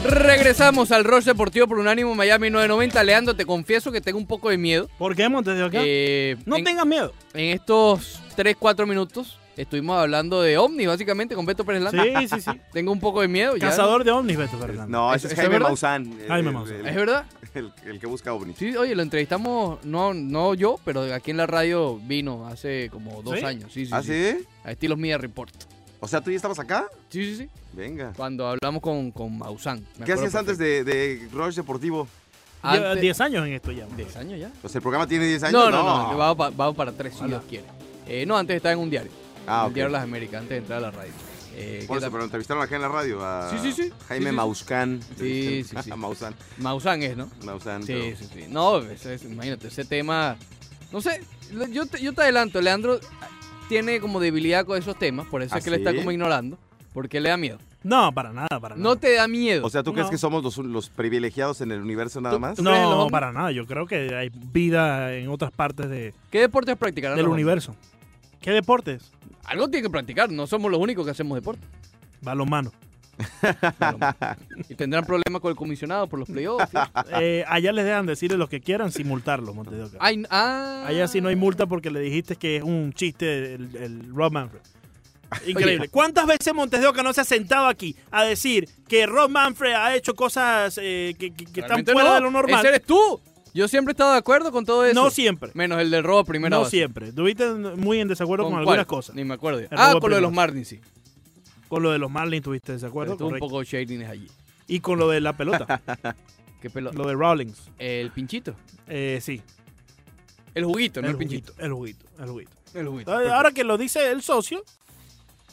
Regresamos al Rush Deportivo por Unánimo Miami 990. Leandro, te confieso que tengo un poco de miedo.
¿Por qué, Montes de Oca?
Eh,
no
en,
tengas miedo.
en estos 3, 4 minutos estuvimos hablando de ovnis, básicamente, con Beto Pérez Landa.
Sí, sí, sí.
Tengo un poco de miedo. ya.
Ah. Cazador de ovnis, Beto Fernández.
No,
¿Eso-
ese es
eso es
Jaime
verdad?
Maussan. el-
Jaime
el-
Maussan.
el-
¿Es verdad?
El, el que busca ovnis.
Sí, oye, lo entrevistamos, no no yo, pero aquí en la radio vino hace como dos
¿Sí?
años. Sí, sí,
¿Ah,
sí.
sí?
A estilos Media Report.
O sea, ¿tú ya estabas acá?
Sí, sí, sí.
Venga.
Cuando hablamos con, con Maussan. me
¿Qué
acuerdo
hacías antes de, de Rush Deportivo?
perfecto.
Lleva
Antes-
10 años en esto ya. Montes.
10 años ya.
Pues el programa tiene 10 años.
No, no, no, vamos, pa- vamos para tres, si
Hola.
Dios quiere. Eh, no, antes estaba en un diario.
Ah,
un
ok.
diario de las Américas, antes de entrar a la radio. Eh,
Por
¿qué
eso,
tal?
pero entrevistaron acá en la radio a
Sí, sí, sí. Sí, sí,
Jaime
sí.
Mauscan.
Sí, sí, sí.
A Maussan.
Maussan es, ¿no?
Maussan.
Sí,
pero-
sí, sí. No, ese es- imagínate, ese tema. No sé, lo- yo te, yo te adelanto, Leandro tiene como debilidad con esos temas, por eso
¿Ah,
es que le está
sí?
como ignorando, porque le da miedo.
No, para nada, para nada.
No te da miedo.
O sea, ¿tú crees
No.
que somos los, los privilegiados en el universo nada
Tú-
más?
tú- crees en los
no,
ovnis?
para nada. Yo creo que hay vida en otras partes de-
¿Qué deportes practicarán?
del
los
universo. ¿Qué deportes?
hombres? Algo tiene que practicar, no somos los únicos que hacemos deporte.
Balonmano.
y tendrán problemas con el comisionado por los playoffs. ¿sí?
Eh, allá les dejan decirle lo que quieran sin multarlo, Montes de Oca.
Ay, ah. ah.
Allá sí no hay multa porque le dijiste que es un chiste el, el Rob Manfred. Increíble. ¿Cuántas veces Montes de Oca no se ha sentado aquí a decir que Rob Manfred ha hecho cosas eh, que, que- que están
Realmente
fuera
no,
de lo normal?
Ese eres tú. Yo siempre he estado de acuerdo con todo eso.
No siempre.
Menos el del robo a primera
No
base.
siempre. Tuviste muy en desacuerdo con,
¿Con cuál?
algunas cosas.
Ni me acuerdo. ya.
El
Ah,
robo
con lo de
a primera
los Marlins, sí.
Con lo de los Marlins tuviste desacuerdo.
Estuvo un
correcto.
poco shadiness allí.
Y con lo de la pelota,
Qué pelota.
lo de Rawlings.
El pinchito.
Eh, sí.
El juguito, no el,
el,
pinchito.
juguito, el juguito. El juguito. Ah.
El juguito.
Entonces, Ahora que lo dice el socio,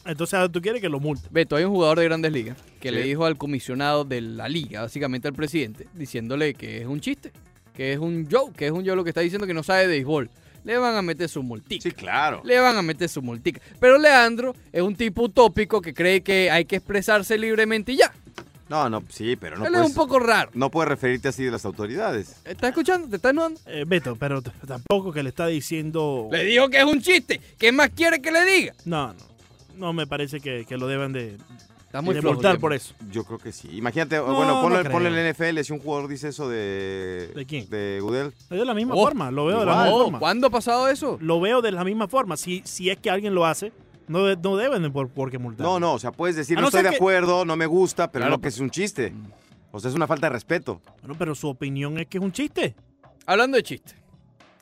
entonces ahora tú quieres que lo multe.
Beto, hay un jugador de grandes ligas que
Sí.
le dijo al comisionado de la liga, básicamente al presidente, diciéndole que es un chiste, que es un joke, que es un joke lo que está diciendo que no sabe de béisbol. Le van a meter su multica.
Sí, claro.
Le van a meter su multica. Pero Leandro es un tipo utópico que cree que hay que expresarse libremente y ya.
No, no, sí, pero no pues.
Él es
puedes,
un poco raro.
no puedes referirte así de las autoridades.
¿Estás escuchando? ¿Te estás nudando?
Eh, Beto, pero t- tampoco que le está
Oh.
diciendo.
Le dijo que es un chiste. ¿Qué más quiere que le diga?
No, no. No me parece que, que lo deban de,
Está muy
de
flojo el
multar
tema.
por eso.
Yo creo que sí. Imagínate,
No,
bueno,
no
ponle,
creo.
ponle el NFL, si un jugador dice eso de...
¿De quién?
De Gudel.
Es de la misma
Oh,
forma, lo veo de la
No,
igual.
misma forma.
¿Cuándo ha pasado eso?
Lo veo de la misma forma. Si, si es que alguien lo hace, no, de- no deben de por, por qué multar.
No, no, o sea, puedes decir,
A
no,
no
estoy
ser
de
que-
acuerdo, no me gusta, pero
Claro, pues. Mm.
no que es un chiste. O sea, es una falta de respeto.
Bueno, pero su opinión es que es un chiste.
Hablando de chiste.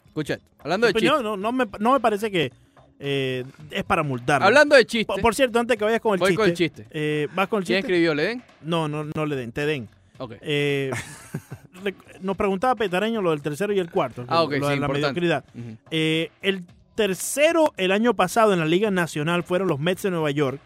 Escucha, esto. hablando
Su
de chiste.
opinión no, no me, no me parece que eh, es para multar.
Hablando de chiste.
Por, por cierto, antes que vayas con el
Voy
chiste.
con el chiste.
eh, ¿Vas con el
¿Quién
chiste?
escribió? ¿Le den?
No, no, no le den, te den.
Ok.
Eh, rec- nos preguntaba Petareño lo del tercero y el cuarto.
Ah, ok,
lo
sí,
de la
importante.
mediocridad.
Ujú.
Eh, el tercero el año pasado en la Liga Nacional fueron los Mets de Nueva York.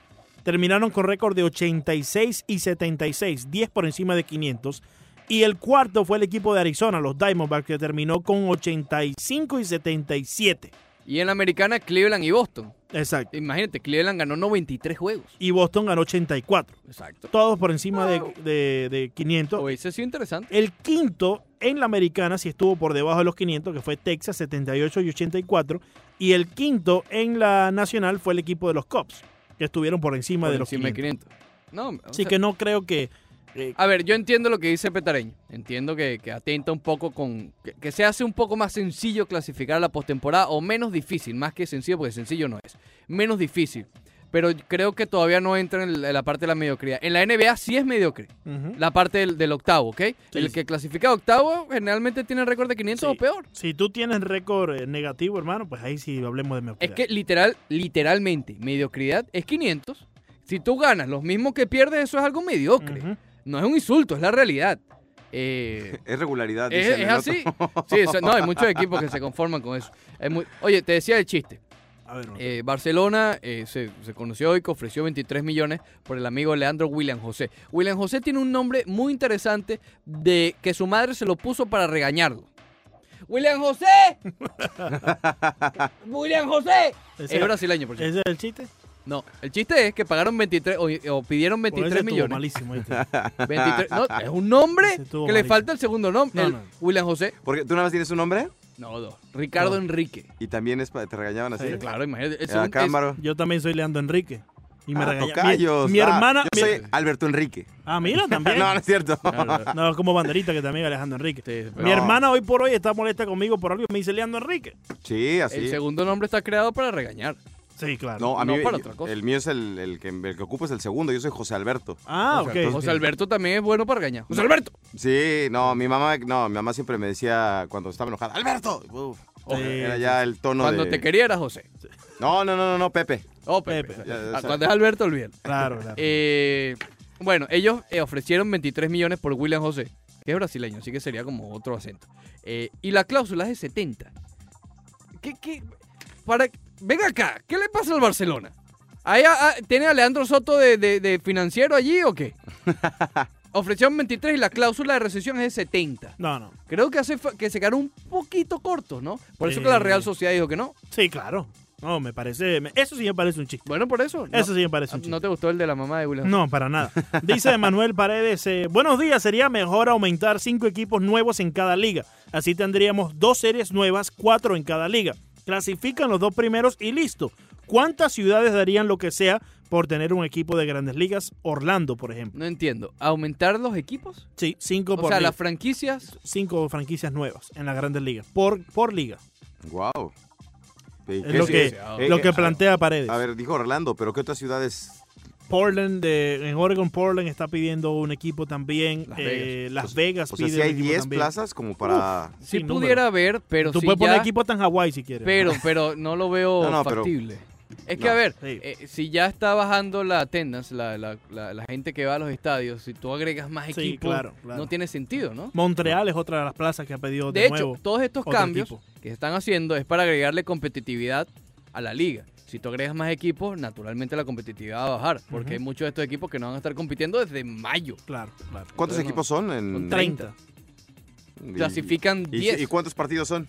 Terminaron con récord de 86 y 76, 10 por encima de 500. Y el cuarto fue el equipo de Arizona, los Diamondbacks, que terminó con 85 y 77.
Y en la americana, Cleveland y Boston.
Exacto.
Imagínate, Cleveland ganó 93 juegos.
Y Boston ganó 84.
Exacto.
Todos por encima de, de- de 500.
Hubiese sido interesante.
El quinto en la americana sí estuvo por debajo de los 500, que fue Texas 78 y 84. Y el quinto en la nacional fue el equipo de los Cubs, que estuvieron por encima
por
de los
encima de
500.
500. No, o
Así
sea,
que no creo que... eh,
A ver, yo entiendo lo que dice Petareño. Entiendo que, que atenta un poco con. Que, que se hace un poco más sencillo clasificar a la postemporada o menos difícil, más que sencillo, porque sencillo no es. Menos difícil. Pero creo que todavía no entra en la parte de la mediocridad. En la NBA sí es mediocre.
ujú.
Ah, La parte del, del octavo, ¿ok? el
sí.
que clasifica a octavo generalmente tiene récord de 500
Sí.
o peor.
Si tú tienes récord eh, negativo, hermano, pues ahí sí hablemos de
Es
mediocridad.
que literal, literalmente, mediocridad es 500. Si tú ganas los mismos que pierdes, eso es algo mediocre.
Ujú.
No es un insulto, es la realidad. Eh,
Es regularidad.
es,
dicen
es
en otro.
así. Sí, o sea, no, hay muchos equipos que se conforman con eso. Es muy- Oye, te decía el chiste.
A ver, bueno.
Eh, Barcelona eh, se, se conoció hoy que ofreció 23 millones por el amigo Leandro William José. William José tiene un nombre muy interesante de que su madre se lo puso para regañarlo. William José. William José.
Ese-
Es brasileño, por cierto.
¿Ese es el chiste?
No, el chiste es que pagaron 23 o, o pidieron
Porque ese
23
estuvo
millones.
malísimo. ¿viste?
23 no, es un nombre
Ese estuvo
que le
malísimo.
falta el segundo nombre.
No,
El
no.
William José.
Porque tú nada más tienes un nombre
No, dos. Ricardo
No.
Enrique.
y también es pa- te regañaban así.
Sí,
Claro, imagínate. El
Era
segundo- es-
Cámara.
Yo también soy Leandro Enrique. Y me
Ah,
regaña- mi-
tocayos.
Mi,
Ah,
hermana...
Yo
mi-
soy Alberto Enrique.
Ah, mira, también.
No, no es cierto.
No, como banderita que también Alejandro Enrique.
Sí,
Mi
No.
hermana hoy por hoy está molesta conmigo por algo que me dice Leandro Enrique.
Sí,
el
así.
segundo nombre está creado para regañar.
Sí, claro.
No, a mí
No, para otra cosa.
el mío es el, el que, el que ocupo es el segundo. Yo soy José Alberto.
Ah,
José
ok.
Alberto. José Alberto también es bueno para regañar. ¡José Alberto!
Sí, no, mi mamá, no, mi mamá siempre me decía cuando estaba enojada, Alberto. Uf,
Sí,
era
sí,
ya el tono
Cuando
de-
te quería era José.
No, no, no, no, no, Pepe.
Oh, Pepe.
Pepe.
Ya, ya
Ah,
sabes.
cuando es Alberto, olvídalo.
Claro, claro.
Eh, bueno, ellos eh, ofrecieron 23 millones por William José, que es brasileño, así que sería como otro acento. Eh, y la cláusula es de 70. ¿Qué, qué? Para, ven acá, ¿qué le pasa al Barcelona? Ahí a- a- ¿Tiene a Leandro Soto de, de- de financiero allí o qué? Ofrecieron 23 y la cláusula de recesión es de 70.
No, no.
Creo que, hace fa- que se quedaron un poquito cortos, ¿no? Por eso que la
Eh.
Real Sociedad dijo que no.
Sí, claro. No, me parece. me- eso sí me parece un chiste.
Bueno, por eso. no- Ah,
Eso sí me parece un
¿No
chiste.
te gustó el de la mamá de William José?
No, para nada. Dice Manuel Paredes, eh, buenos días, sería mejor aumentar cinco equipos nuevos en cada liga. Así tendríamos dos series nuevas, cuatro en cada liga. Clasifican los dos primeros y listo. ¿Cuántas ciudades darían lo que sea por tener un equipo de grandes ligas? Orlando, por ejemplo.
No entiendo. ¿Aumentar los equipos?
Sí,
O
cinco por
sea,
liga.
las franquicias.
cinco franquicias nuevas en las grandes ligas, por, por liga.
Guau. ¿Y
Es
qué
lo
sí-
que,
eh,
lo
eh,
que plantea Paredes.
A ver, dijo Orlando, pero ¿qué otras ciudades
Portland, de, en Oregon, Portland está pidiendo un equipo también.
Las
eh,
Vegas.
Las Vegas
O sea,
pide
si
un
hay
equipo
10
también.
plazas como para...
Si
sin
pudiera haber, pero
Tú
si
puedes poner
ya-
equipo hasta en Hawái si quieres.
Pero, pero no lo veo
No, no, pero-
factible. es que,
no,
a ver,
sí.
eh, si ya está bajando la attendance, la, la, la, la gente que va a los estadios, si tú agregas más
Sí,
equipos,
claro, claro.
no tiene sentido, ¿no?
Montreal es otra de las plazas que ha pedido de,
De hecho,
nuevo.
todos estos
otro
cambios
equipo.
que se están haciendo es para agregarle competitividad a la liga. Si tú agregas más equipos, naturalmente la competitividad va a bajar, porque
Ujú.
hay muchos de estos equipos que no van a estar compitiendo desde mayo.
Claro, claro.
¿Cuántos
Bueno,
equipos son? En...
son
30.
Y-
Clasifican
y-
10.
¿Y cuántos partidos son?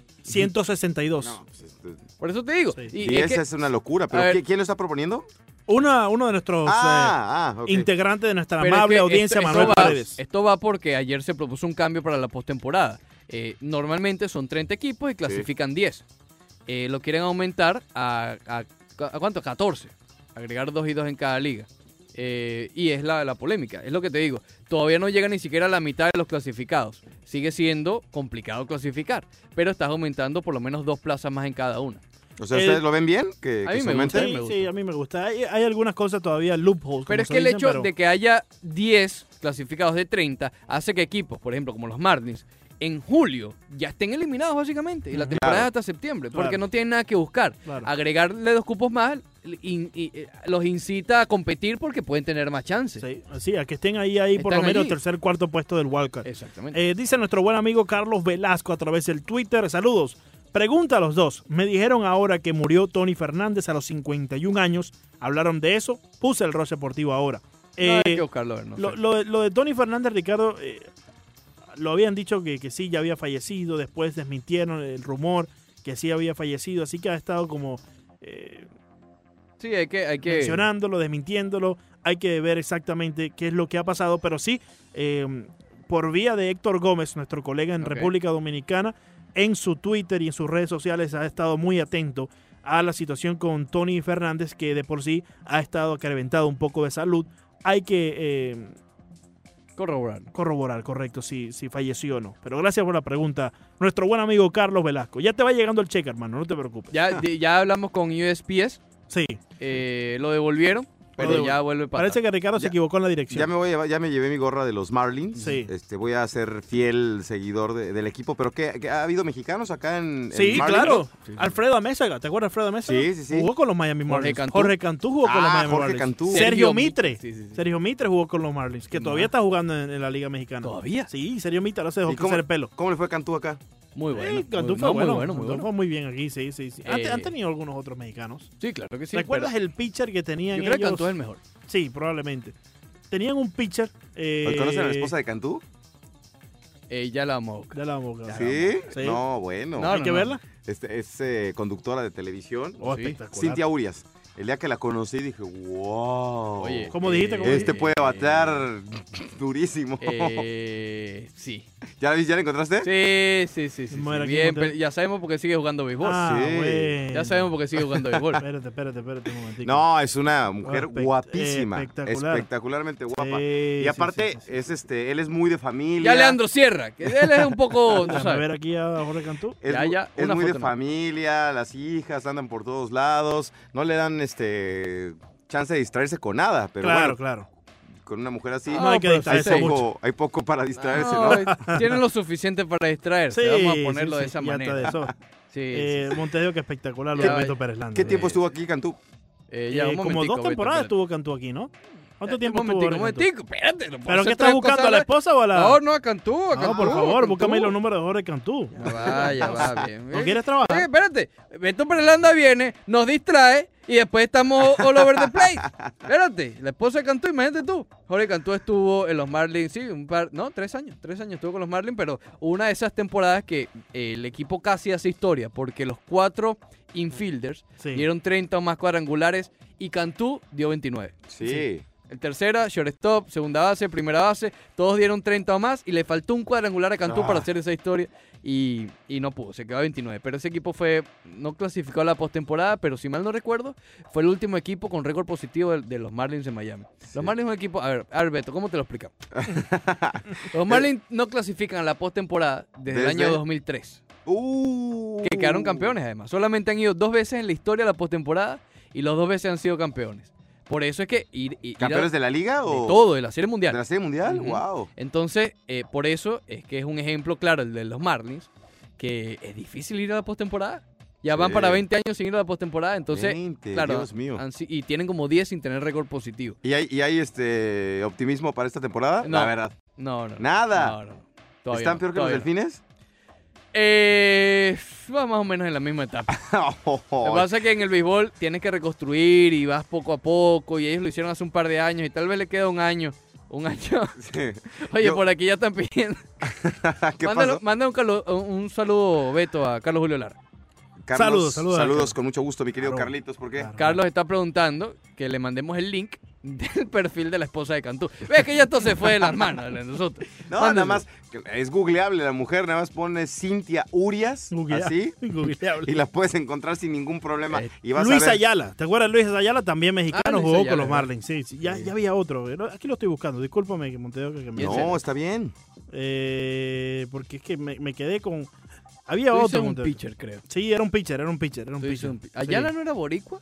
162.
No, pues, este,
Por eso te digo.
Sí.
y- y
10
es que-
es una locura. ¿Pero
A ver.
¿quién- quién lo está proponiendo?
Una, uno de nuestros eh,
ah, ah, ok.
integrantes de nuestra
Pero es
amable
que
audiencia,
esto- esto
Manuel
va,
Paredes.
Esto va porque ayer se propuso un cambio para la postemporada. Eh, normalmente son 30 equipos y clasifican 10. Eh, lo quieren aumentar a, a, a cuánto? 14. Agregar 2 y 2 en cada liga. Eh, y es la, la polémica, es lo que te digo. Todavía no llega ni siquiera a la mitad de los clasificados. Sigue siendo complicado clasificar, pero estás aumentando por lo menos dos plazas más en cada una.
O sea,
el-
¿ustedes lo ven bien? ¿Que,
A
que
mí
se
me gusta.
aumente?
Sí,
me gusta.
sí, a mí me gusta. Hay, hay algunas cosas todavía loopholes. como
Pero es
se
que el
dicen,
hecho
pero-
de que haya 10 clasificados de 30 hace que equipos, por ejemplo, como los Martins, en julio ya estén eliminados básicamente. Y la
Ujú.
temporada
Claro.
es hasta septiembre,
Claro.
porque no tienen nada que buscar.
Claro.
Agregarle dos cupos más in- y- eh, los incita a competir porque pueden tener más chances.
Sí, sí, a que estén ahí, ahí por lo
Están
menos
allí.
tercer, cuarto puesto del Wildcard.
Exactamente.
Eh, dice nuestro buen amigo Carlos Velasco a través del Twitter. Saludos. Pregunta a los dos. Me dijeron ahora que murió Tony Fernández a los 51 años. Hablaron de eso. Puse el Roche Deportivo ahora.
no hay
Eh,
que buscarlo, a ver, no
lo,
sé.
lo de- lo de Tony Fernández, Ricardo, eh, lo habían dicho que, que sí, ya había fallecido. Después desmintieron el rumor que sí había fallecido. Así que ha estado como eh,
Sí, hay que... Hay que
mencionándolo, desmintiéndolo. Hay que ver exactamente qué es lo que ha pasado, pero sí, eh, por vía de Héctor Gómez, nuestro colega en
Ok.
República Dominicana, en su Twitter y en sus redes sociales ha estado muy atento a la situación con Tony Fernández, que de por sí ha estado acreventado un poco de salud. Hay que eh,
corroborar.
corroborar, correcto, si, si falleció o no. Pero gracias por la pregunta, nuestro buen amigo Carlos Velasco. Ya te va llegando el cheque, hermano, no te preocupes.
Ya, di- ya hablamos con E USPS,
Sí,
eh, lo devolvieron, pero
devolvieron.
ya vuelve para...
parece que Ricardo se
Ya-
equivocó en la
Ya
dirección.
me, voy a llevar- ya me llevé mi gorra de los Marlins.
Sí.
Este, voy a ser fiel seguidor de- del equipo. ¿Pero qué, qué- ¿Ha habido mexicanos acá en, en
Sí,
Marlins?
claro.
Sí.
Alfredo Amézaga, ¿te acuerdas de Alfredo Amézaga?
Sí, sí, sí.
Jugó con los Miami
Jorge
Marlins.
Cantú.
Jorge Cantú jugó con los
Ah,
Miami
Jorge
Marlins.
Cantú.
Sergio,
Sergio
Mitre.
Mitre, sí, sí, sí.
Sergio Mitre jugó con los Marlins, que
Qué
todavía
mal.
está jugando en, en la Liga Mexicana.
¿Todavía?
Sí, Sergio Mitre ahora se dejó
¿Y cómo-
crecer el pelo.
¿Cómo le fue a Cantú acá?
Muy bueno.
Sí,
muy-
Cantú fue
no,
bueno.
muy bueno, muy
Cantú
bueno.
fue muy bien aquí, sí, sí. sí. Han,
Eh,
han tenido algunos otros mexicanos.
Sí, claro que sí.
¿Recuerdas
pero
el pitcher que tenían
Yo creo que
ellos?
Cantú es el mejor.
Sí, probablemente. Tenían un pitcher. Eh,
¿Conocen a la esposa de Cantú?
Eh, ya la vamos a buscar.
Ya la boca.
¿Sí?
Sí.
No, bueno.
No,
Hay que verla.
Este, es eh, conductora de televisión.
Oh,
Sí.
espectacular.
Cintia Urias. El día que la conocí dije, wow.
Oye,
¿Cómo dijiste? ¿Cómo
este
eh,
puede batear durísimo.
Eh, sí.
¿Ya, la vi- ¿Ya la encontraste?
Sí, sí, sí. sí,
Mira,
sí.
aquí
Bien,
monté-
pero ya sabemos por qué sigue jugando béisbol.
Ah,
Sí.
bueno.
Ya sabemos por qué sigue jugando béisbol.
Espérate, espérate, espérate un momentico.
No, es una mujer
Espect-
guapísima.
espectacular.
Espectacularmente guapa.
Sí,
y aparte,
sí, sí, sí, sí.
es este, él es muy de familia.
ya Leandro Sierra, que él es un poco, tú
Déjame
sabes.
ver aquí a Jorge Cantú.
Es,
Ya,
mu-
ya,
es
una
muy de
foto no.
familia, las hijas andan por todos lados, no le dan este chance de distraerse con nada, pero
claro,
bueno,
claro.
con una mujer así
no hay que
pero
hay,
distraerse
sí.
mucho.
poco, hay poco para distraerse, ¿no?
No, tienen lo suficiente para distraerse. Este, Vamos a ponerlo
sí,
de
sí,
esa
ya está
manera.
de eso.
Sí,
Eh, Montedio, que espectacular lo
Ya,
de Beto
ya.
Pérez Landa.
¿Qué
Eh,
tiempo estuvo aquí Cantú?
sí. Eh, ya, un
eh, como
momentico,
dos
Beto,
temporadas
espérate.
estuvo Cantú aquí, ¿no? ¿Cuánto
Eh,
tiempo
un
estuvo
momentico,
Jorge
un
Cantú?
momentico, espérate. no puedo
¿Pero qué
hacer
estás
tres cosas
buscando? ¿A la
la-
esposa o a la...?
No, no, a Cantú, a
No,
Cantú,
por favor,
Cantú. ¿Eh?
búscame ahí los números de Jorge Cantú.
Ya va, ya Ah, va, bien.
¿No
bien.
quieres trabajar?
Oye, espérate, Beto Perelanda viene, nos distrae y después estamos all over the place. Espérate, la esposa de Cantú, imagínate tú. Jorge Cantú estuvo en los Marlins, sí, un par, no, tres años, tres años estuvo con los Marlins, pero una de esas temporadas que eh, el equipo casi hace historia, porque los cuatro infielders
Sí.
dieron 30 o más cuadrangulares y Cantú dio 29.
Sí.
El tercera, shortstop, segunda base, primera base, todos dieron 30 o más y le faltó un cuadrangular a Cantú
Ah.
para hacer esa historia y, y no pudo, se quedó a 29. Pero ese equipo fue, no clasificó a la postemporada, pero si mal no recuerdo, fue el último equipo con récord positivo de, de los Marlins en Miami. Los Marlins es un equipo, a ver, a ver, Beto, ¿cómo te lo explicamos? los Marlins no clasifican a la postemporada desde, el
Desde-
año 2003,
Uh.
que quedaron campeones además. Solamente han ido dos veces en la historia a la postemporada y los dos veces han sido campeones. Por eso es que ir, ir- ir a-
¿Campeones de la liga o
de todo, de la Serie
de
Mundial.
la serie mundial?
Ujú.
Wow.
Entonces, eh, por eso es que es un ejemplo claro el de los Marlins, que es difícil ir a la postemporada. Ya van
Sí.
para 20 años sin ir a la postemporada, entonces,
20,
claro,
Dios mío.
han si- y tienen como 10 sin tener récord positivo.
¿Y hay, y hay, este optimismo para esta temporada?
No.
La verdad.
No, no. no.
Nada.
No, no, todavía
¿Están
no,
peor que los
todavía no.
delfines?
Eh, va más o menos en la misma etapa.
Oh,
Lo que pasa es que en el béisbol tienes que reconstruir y vas poco a poco, y ellos lo hicieron hace un par de años, y tal vez le queda un año. Un año.
Sí.
Oye,
Yo-
por aquí ya están pidiendo.
¿Qué
Mándalo-
pasó?
manda un, calo- un- un saludo, Beto, a Carlos Julio Lara.
Saludos,
Carlos,
saludos, Carlos.
con mucho gusto, mi querido
Claro.
Carlitos, ¿por qué?
Claro.
Carlos está preguntando que le mandemos el link del perfil de la esposa de Cantú. Ve que ya esto se fue de las manos de nosotros.
No,
Mándalo.
nada más, que es googleable la mujer, nada más pone Cintia Urias,
Googleable.
así,
Googleable.
y la puedes encontrar sin ningún problema.
Eh,
Y vas
Luis
a ver-
Ayala, ¿te acuerdas de Luis Ayala? También mexicano,
Ah, Luis
jugó
Ayala,
con los
¿verdad?
Marlins. Sí, sí, ya,
Sí.
ya había otro. pero Aquí lo estoy buscando, discúlpame que Monteo que que me-
No, está bien.
Eh, porque es que me, me quedé con. Había
Tú dices
otro
un
Monteo.
pitcher, creo.
Sí, era un pitcher, era un pitcher, era un
Tú dices
pitcher.
un pi- ¿Ayala
Sí.
no era boricua?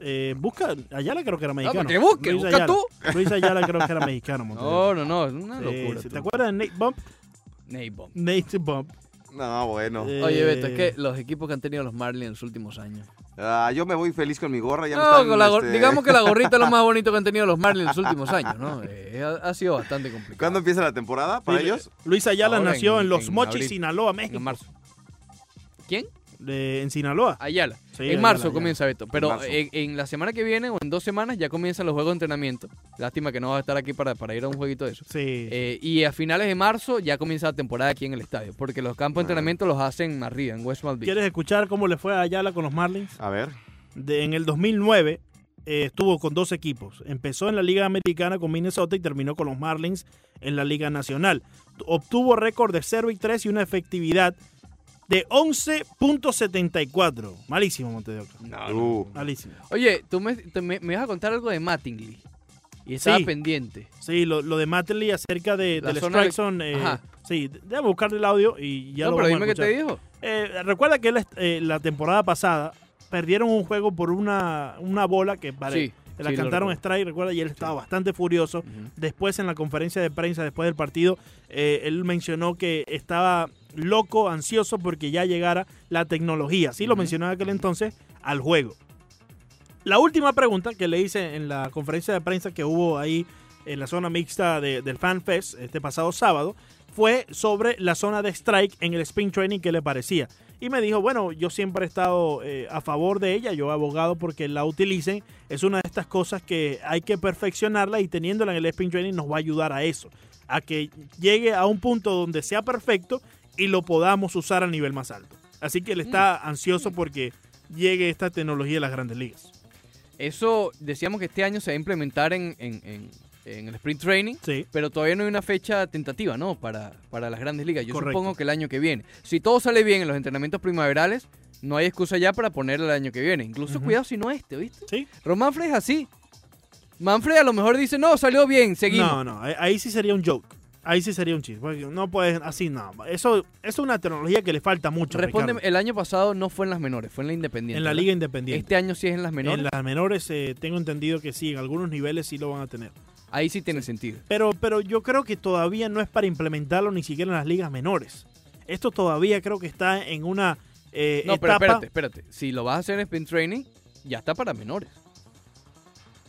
Eh, busca, Ayala creo que era mexicano.
que busque,
Luis
busca
Ayala.
tú.
Luis Ayala creo que era mexicano,
No,
Monteo.
no, no, es una
Eh,
locura.
¿se
tú.
¿Te acuerdas de Nate Bump?
Nate Bomb.
Nate Bump.
No, bueno.
Eh,
Oye, Beto, es que los equipos que han tenido los Marlins en los últimos años.
Ah, yo me voy feliz con mi gorra, ya me
No,
están,
con la gor-
este,
digamos que la gorrita es lo más bonito que han tenido los Marlins en los últimos años, ¿no? Eh, ha, ha sido bastante complicado.
¿Cuándo empieza la temporada para
Luis-
ellos?
Luis Ayala
Ahora
nació en,
en-
Los
en
Mochis,
abril.
Sinaloa, México.
En marzo. ¿Quién?
Eh, en Sinaloa.
Ayala.
Sí,
en
Ayala,
marzo
Ayala.
comienza Beto. Pero
marzo.
en, en la semana que viene o en dos semanas ya comienzan los juegos de entrenamiento. Lástima que no vas a estar aquí para, para ir a un jueguito de eso.
Sí.
Eh, y a finales de marzo ya comienza la temporada aquí en el estadio. Porque los campos de entrenamiento los hacen arriba, en West Palm Beach.
¿Quieres escuchar cómo le fue a Ayala con los Marlins?
A ver.
De- en el 2009 eh, estuvo con dos equipos. Empezó en la Liga Americana con Minnesota y terminó con los Marlins en la Liga Nacional. Obtuvo récord de 0 y 3 y una efectividad de 11.74. Malísimo, Montevideo.
Uh,
Malísimo.
Oye, tú me, te- me, me ibas a contar algo de Mattingly. Y estaba
Sí.
pendiente.
Sí, lo, lo de Matley acerca de,
La
del
zona
strike zone. eh,
Ajá.
sí, d- déjame buscarle el audio y ya
no,
lo
pero
vamos
dime qué
a
te
escuchar.
dijo.
Eh, recuerda que la, eh, la temporada pasada perdieron un juego por una, una bola que pare-
Sí,
la
sí, lo
cantaron
recuerdo.
strike, recuerda, y él estaba bastante furioso.
Ujú.
Después en la conferencia de prensa, después del partido, eh, él mencionó que estaba loco, ansioso porque ya llegara la tecnología. Sí, lo
Ujú.
mencionó en aquel entonces al juego. La última pregunta que le hice en la conferencia de prensa que hubo ahí en la zona mixta de- del FanFest este pasado sábado fue sobre la zona de strike en el spin training que le parecía. Y me dijo, bueno, yo siempre he estado eh, a favor de ella, yo he abogado porque la utilicen. Es una de estas cosas que hay que perfeccionarla y teniéndola en el spin training nos va a ayudar a eso, a que llegue a un punto donde sea perfecto y lo podamos usar a nivel más alto. Así que él está
Mm.
ansioso porque llegue esta tecnología a las grandes ligas.
Eso decíamos que este año se va a implementar en, en- en- en el sprint training.
Sí.
Pero todavía no hay una fecha tentativa, ¿no? Para, para las grandes ligas. Yo
Correcto.
supongo que el año que viene. Si todo sale bien en los entrenamientos primaverales, no hay excusa ya para ponerla el año que viene. Incluso
Ujú.
cuidado si no este, ¿viste?
Sí.
Román Manfred es así. Manfred a lo mejor dice, no, salió bien, seguimos.
No, no, ahí- ahí sí sería un joke. Ahí sí sería un chiste. porque No puedes, así no. Eso, eso es una tecnología que le falta mucho.
Respóndeme,
Ricardo.
el año pasado no fue en las menores, fue en la independiente.
en la
¿verdad?
liga independiente.
Este año sí es en las menores.
En las menores eh, tengo entendido que sí, en algunos niveles sí lo van a tener.
Ahí sí tiene sentido.
Pero, pero yo creo que todavía no es para implementarlo ni siquiera en las ligas menores. Esto todavía creo que está en una eh,
No, pero
etapa.
espérate, espérate. Si lo vas a hacer en sprint training, ya está para menores.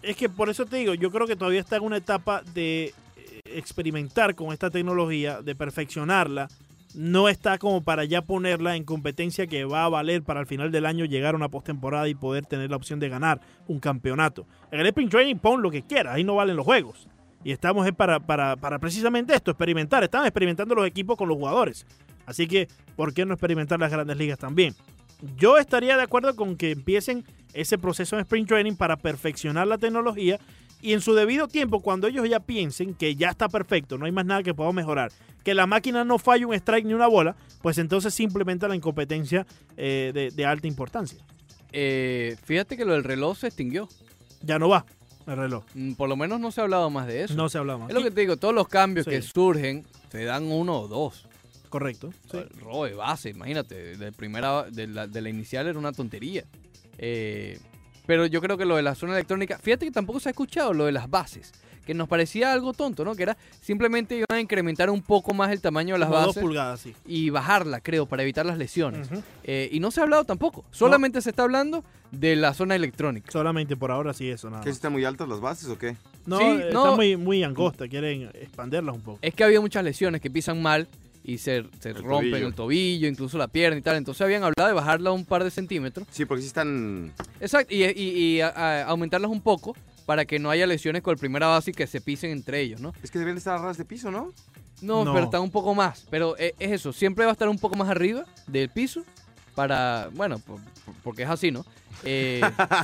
Es que por eso te digo, yo creo que todavía está en una etapa de eh, experimentar con esta tecnología, de perfeccionarla. No está como para ya ponerla en competencia que va a valer para al final del año llegar a una postemporada y poder tener la opción de ganar un campeonato. En el Spring Training pon lo que quieras, ahí no valen los juegos. Y estamos es para, para, para precisamente esto, experimentar. Están experimentando los equipos con los jugadores. Así que, ¿por qué no experimentar las grandes ligas también? Yo estaría de acuerdo con que empiecen ese proceso de sprint training para perfeccionar la tecnología y en su debido tiempo, cuando ellos ya piensen que ya está perfecto, no hay más nada que podamos mejorar, que la máquina no falle un strike ni una bola, pues entonces simplemente la incompetencia eh, de, de alta importancia.
Eh, fíjate que lo del reloj se extinguió.
Ya no va el reloj.
Mm, Por lo menos no se ha hablado más de eso.
No se habla más.
Es lo que te digo, todos los cambios
Sí.
que surgen se dan uno o dos.
Correcto. sí.
El robo de base, imagínate, de primera, de la, de la inicial era una tontería. Eh, Pero yo creo que lo de la zona electrónica, fíjate que tampoco se ha escuchado lo de las bases, que nos parecía algo tonto, ¿no? Que era simplemente iban a incrementar un poco más el tamaño de las
Como dos
bases
pulgadas, sí.
y bajarla, creo, para evitar las lesiones.
Ujú.
Eh, y no se ha hablado tampoco, solamente se está hablando de la zona electrónica.
Solamente por ahora sí eso, nada.
¿Qué
más.
están muy altas las bases o qué?
No,
Sí,
eh,
no.
está muy, muy angosta, quieren expanderlas un poco.
Es que había muchas lesiones que pisan mal y se, se rompen
tobillo.
el tobillo, incluso la pierna y tal. Entonces habían hablado de bajarla un par de centímetros.
Sí, porque sí están.
Exacto, y, y- y a- a- aumentarlas un poco para que no haya lesiones con el primera base y que se pisen entre ellos, ¿no?
Es que deberían estar a ras de piso, ¿no?
No,
No.
pero están un poco más. Pero e- es eso, siempre va a estar un poco más arriba del piso para, bueno, por- por- porque es así, ¿no? Eh,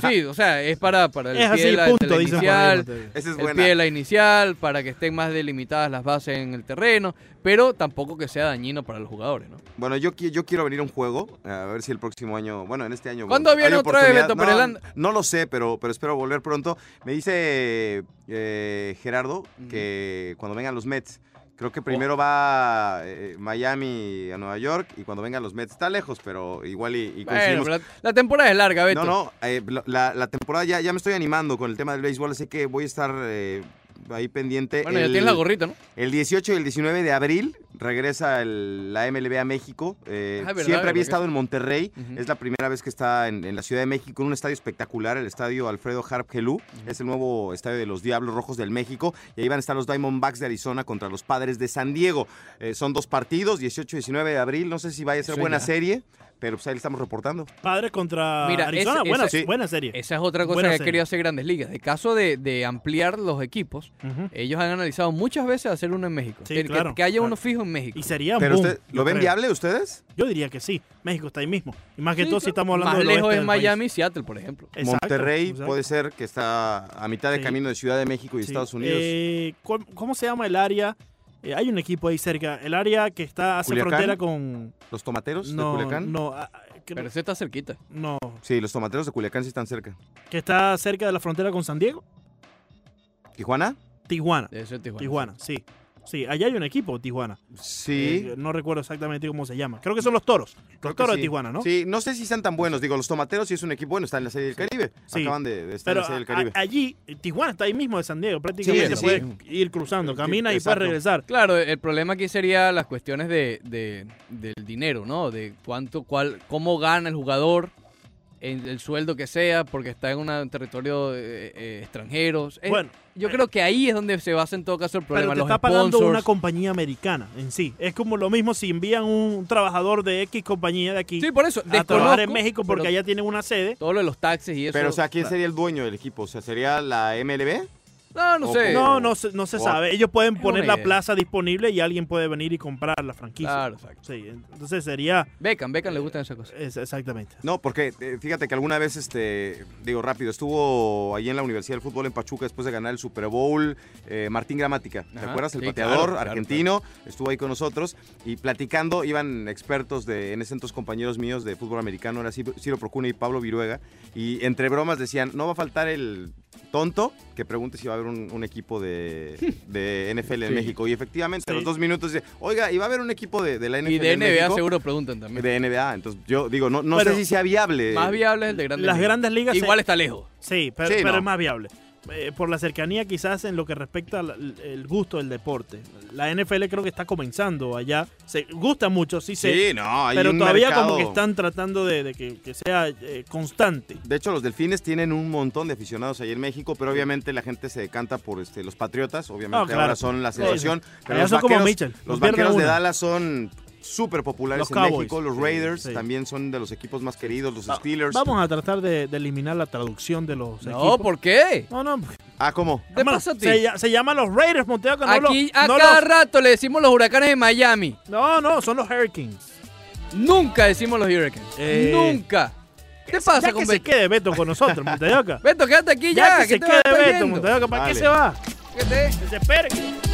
sí, o sea, es para, para el
Es
pie de
así,
la, de
punto,
la
dicen por ahí,
inicial,
Mateo.
Esa es
el
buena.
pie de la inicial, para que estén más delimitadas las bases en el terreno, pero tampoco que sea dañino para los jugadores, ¿no?
Bueno, yo, qui- yo quiero venir a un juego, a ver si el próximo año, bueno, en este año.
¿Cuándo
hay
viene otro
oportunidad.
evento,
No,
Perelán?
No lo sé, pero, pero espero volver pronto. Me dice eh, Gerardo que cuando vengan los Mets, creo
Oh.
que primero va eh, Miami a Nueva York y cuando vengan los Mets está lejos, pero igual y, y
Bueno,
coincidimos.
pero la, la temporada es larga, Beto.
No, no, eh, lo- la, la temporada ya, ya me estoy animando con el tema del béisbol, así que voy a estar eh, ahí
eh,
pendiente.
Bueno, ya
el,
tienes la gorrita, ¿no?
El 18 y el 19 de abril regresa el- la MLB a México. Eh,
Ah, verdad,
siempre
verdad que
había estado en Monterrey.
Ujú.
Es la primera vez que está en, en la Ciudad de México, en un estadio espectacular, el estadio Alfredo Harp Gelú. Es el nuevo estadio de los Diablos Rojos del México. Y ahí van a estar los Diamondbacks de Arizona contra los Padres de San Diego. Eh, son dos partidos, 18 y 19 de abril. No sé si vaya a ser
Eso
buena
ya.
serie, pero pues ahí le estamos reportando.
Padres contra
Mira,
Arizona,
ese-
buena,
ese-
sí, buena serie.
Esa es otra cosa
Buena
que ha
serie.
querido hacer Grandes Ligas. De caso de, de ampliar los equipos,
Ujú.
ellos han analizado muchas veces hacer uno en México.
Sí,
Que- que-
claro,
que, haya
claro.
uno fijo en México.
Y sería un
Pero
boom,
usted, ¿lo
yo
ven
creo.
viable ustedes?
Yo diría que sí. México está ahí mismo. Y más que
Sí,
todo si
claro.
estamos
Más
hablando del
lejos
oeste
es
del
Miami y
país.
Seattle, por ejemplo.
Exacto,
Monterrey
exacto.
puede ser que está a mitad de
Sí.
camino de Ciudad de México y
Sí.
Estados Unidos.
Eh, ¿cómo, cómo se llama el área? Eh, hay un equipo ahí cerca. El área que está hace
¿Culiacán?
frontera con.
¿Los tomateros de
No,
Culiacán?
no, ah, ah, que-
Pero ese está cerquita.
no.
Sí, los tomateros de Culiacán sí están cerca.
Que está cerca de la frontera con San Diego.
¿Tijuana?
Tijuana.
Debe ser Tijuana.
Tijuana, sí. Sí, allá hay un equipo, Tijuana.
Sí.
Eh, no recuerdo exactamente cómo se llama. Creo que son los toros.
creo
Los
que
toros
sí.
de Tijuana, ¿no?
Sí, no sé si sean tan buenos. Digo, los tomateros sí es un equipo bueno, está en la serie del Caribe.
Sí.
Acaban de, de estar
Pero
en la serie del
a-
Caribe.
a- allí, eh, Tijuana está ahí mismo de San Diego. Prácticamente
sí.
puede ir cruzando.
Sí,
Camina y puede
exacto.
regresar.
Claro, el problema aquí sería las cuestiones de, de- del dinero, ¿no? De cuánto, cuál, cómo gana el jugador, en el sueldo que sea, porque está en un territorio eh, eh, extranjero. Eh,
Bueno,
yo creo que ahí es donde se basa en todo caso el
pero
problema.
te
Los
está pagando
sponsors.
una compañía americana en sí. Es como lo mismo si envían un trabajador de X compañía de aquí
Sí, por eso.
a trabajar en
desconozco,
México porque
pero
allá tienen una sede.
Todo lo de los taxes y eso.
Pero, o sea, ¿quién sería el dueño del equipo? O sea, ¿sería la MLB?
no, no sé.
No, no se, no se
Oh.
sabe. Ellos pueden
Es
poner
una
la
idea.
plaza disponible y alguien puede venir y comprar la franquicia.
Claro, exacto.
Sí, entonces sería...
Beckham, Beckham le gustan esas cosas.
es- exactamente.
No, porque eh, fíjate que alguna vez, este, digo rápido, estuvo ahí en la Universidad del Fútbol en Pachuca después de ganar el Super Bowl, eh, Martín Gramática, ¿te
Ajá,
acuerdas? El
sí,
pateador
claro, claro,
argentino, estuvo ahí con nosotros y platicando, iban expertos de, en ese entonces compañeros míos de fútbol americano, era Ciro Ciro Procuna y Pablo Viruega, y entre bromas decían, no va a faltar el tonto que pregunte si va a haber un, un equipo de, de NFL en
Sí.
México. Y efectivamente, a los
Sí.
dos minutos dice, oiga, ¿y va a haber un equipo de, de la NFL
Y de
en
NBA
México?"
seguro preguntan también.
de NBA. Entonces, yo digo, no, no
Pero-
sé si sea viable.
Más viable es el de grandes
Las
ligas.
grandes ligas...
Igual
se-
está lejos.
Sí, pero,
Sí,
pero
no.
es más viable. Eh, por la cercanía quizás en lo que respecta al el gusto del deporte. La NFL creo que está comenzando allá. Se gusta mucho, sí, se,
Sí, no, hay
pero
un
todavía
mercado-
como que están tratando de, de que, que sea eh, constante.
De hecho, los delfines tienen un montón de aficionados ahí en México, pero obviamente la gente se decanta por este, los patriotas. Obviamente
Ah, claro.
ahora son la
Sí,
sensación. Pero
Allá
los
son como
vaqueros,
Mitchell,
los
pierde
vaqueros de
una.
Dallas son súper populares
Los
en
Cowboys.
México. Los
Sí,
Raiders
sí.
también son de los equipos más queridos. Los Steelers.
Vamos a tratar de, de eliminar la traducción de los
No,
equipos.
¿por qué?
No, no. ¿Qué
Ah, ¿cómo?
¿Te pasa a ti?
Se, lla- se llama los Raiders, Monteo, que no los-
Aquí a
no
cada
los-
rato le decimos los huracanes de Miami.
No, no, son los Hurricanes.
Nunca decimos los Hurricanes.
Eh.
Nunca. ¿Qué pasa
ya
con
que se
Beto?
quede Beto con nosotros, Monteoca.
Beto, quédate aquí Ah, ya.
ya que se
te vas a
quede
estar
Beto,
yendo?
Monteoca. ¿Para
Vale.
qué se va?
Quédate.
Que se espere.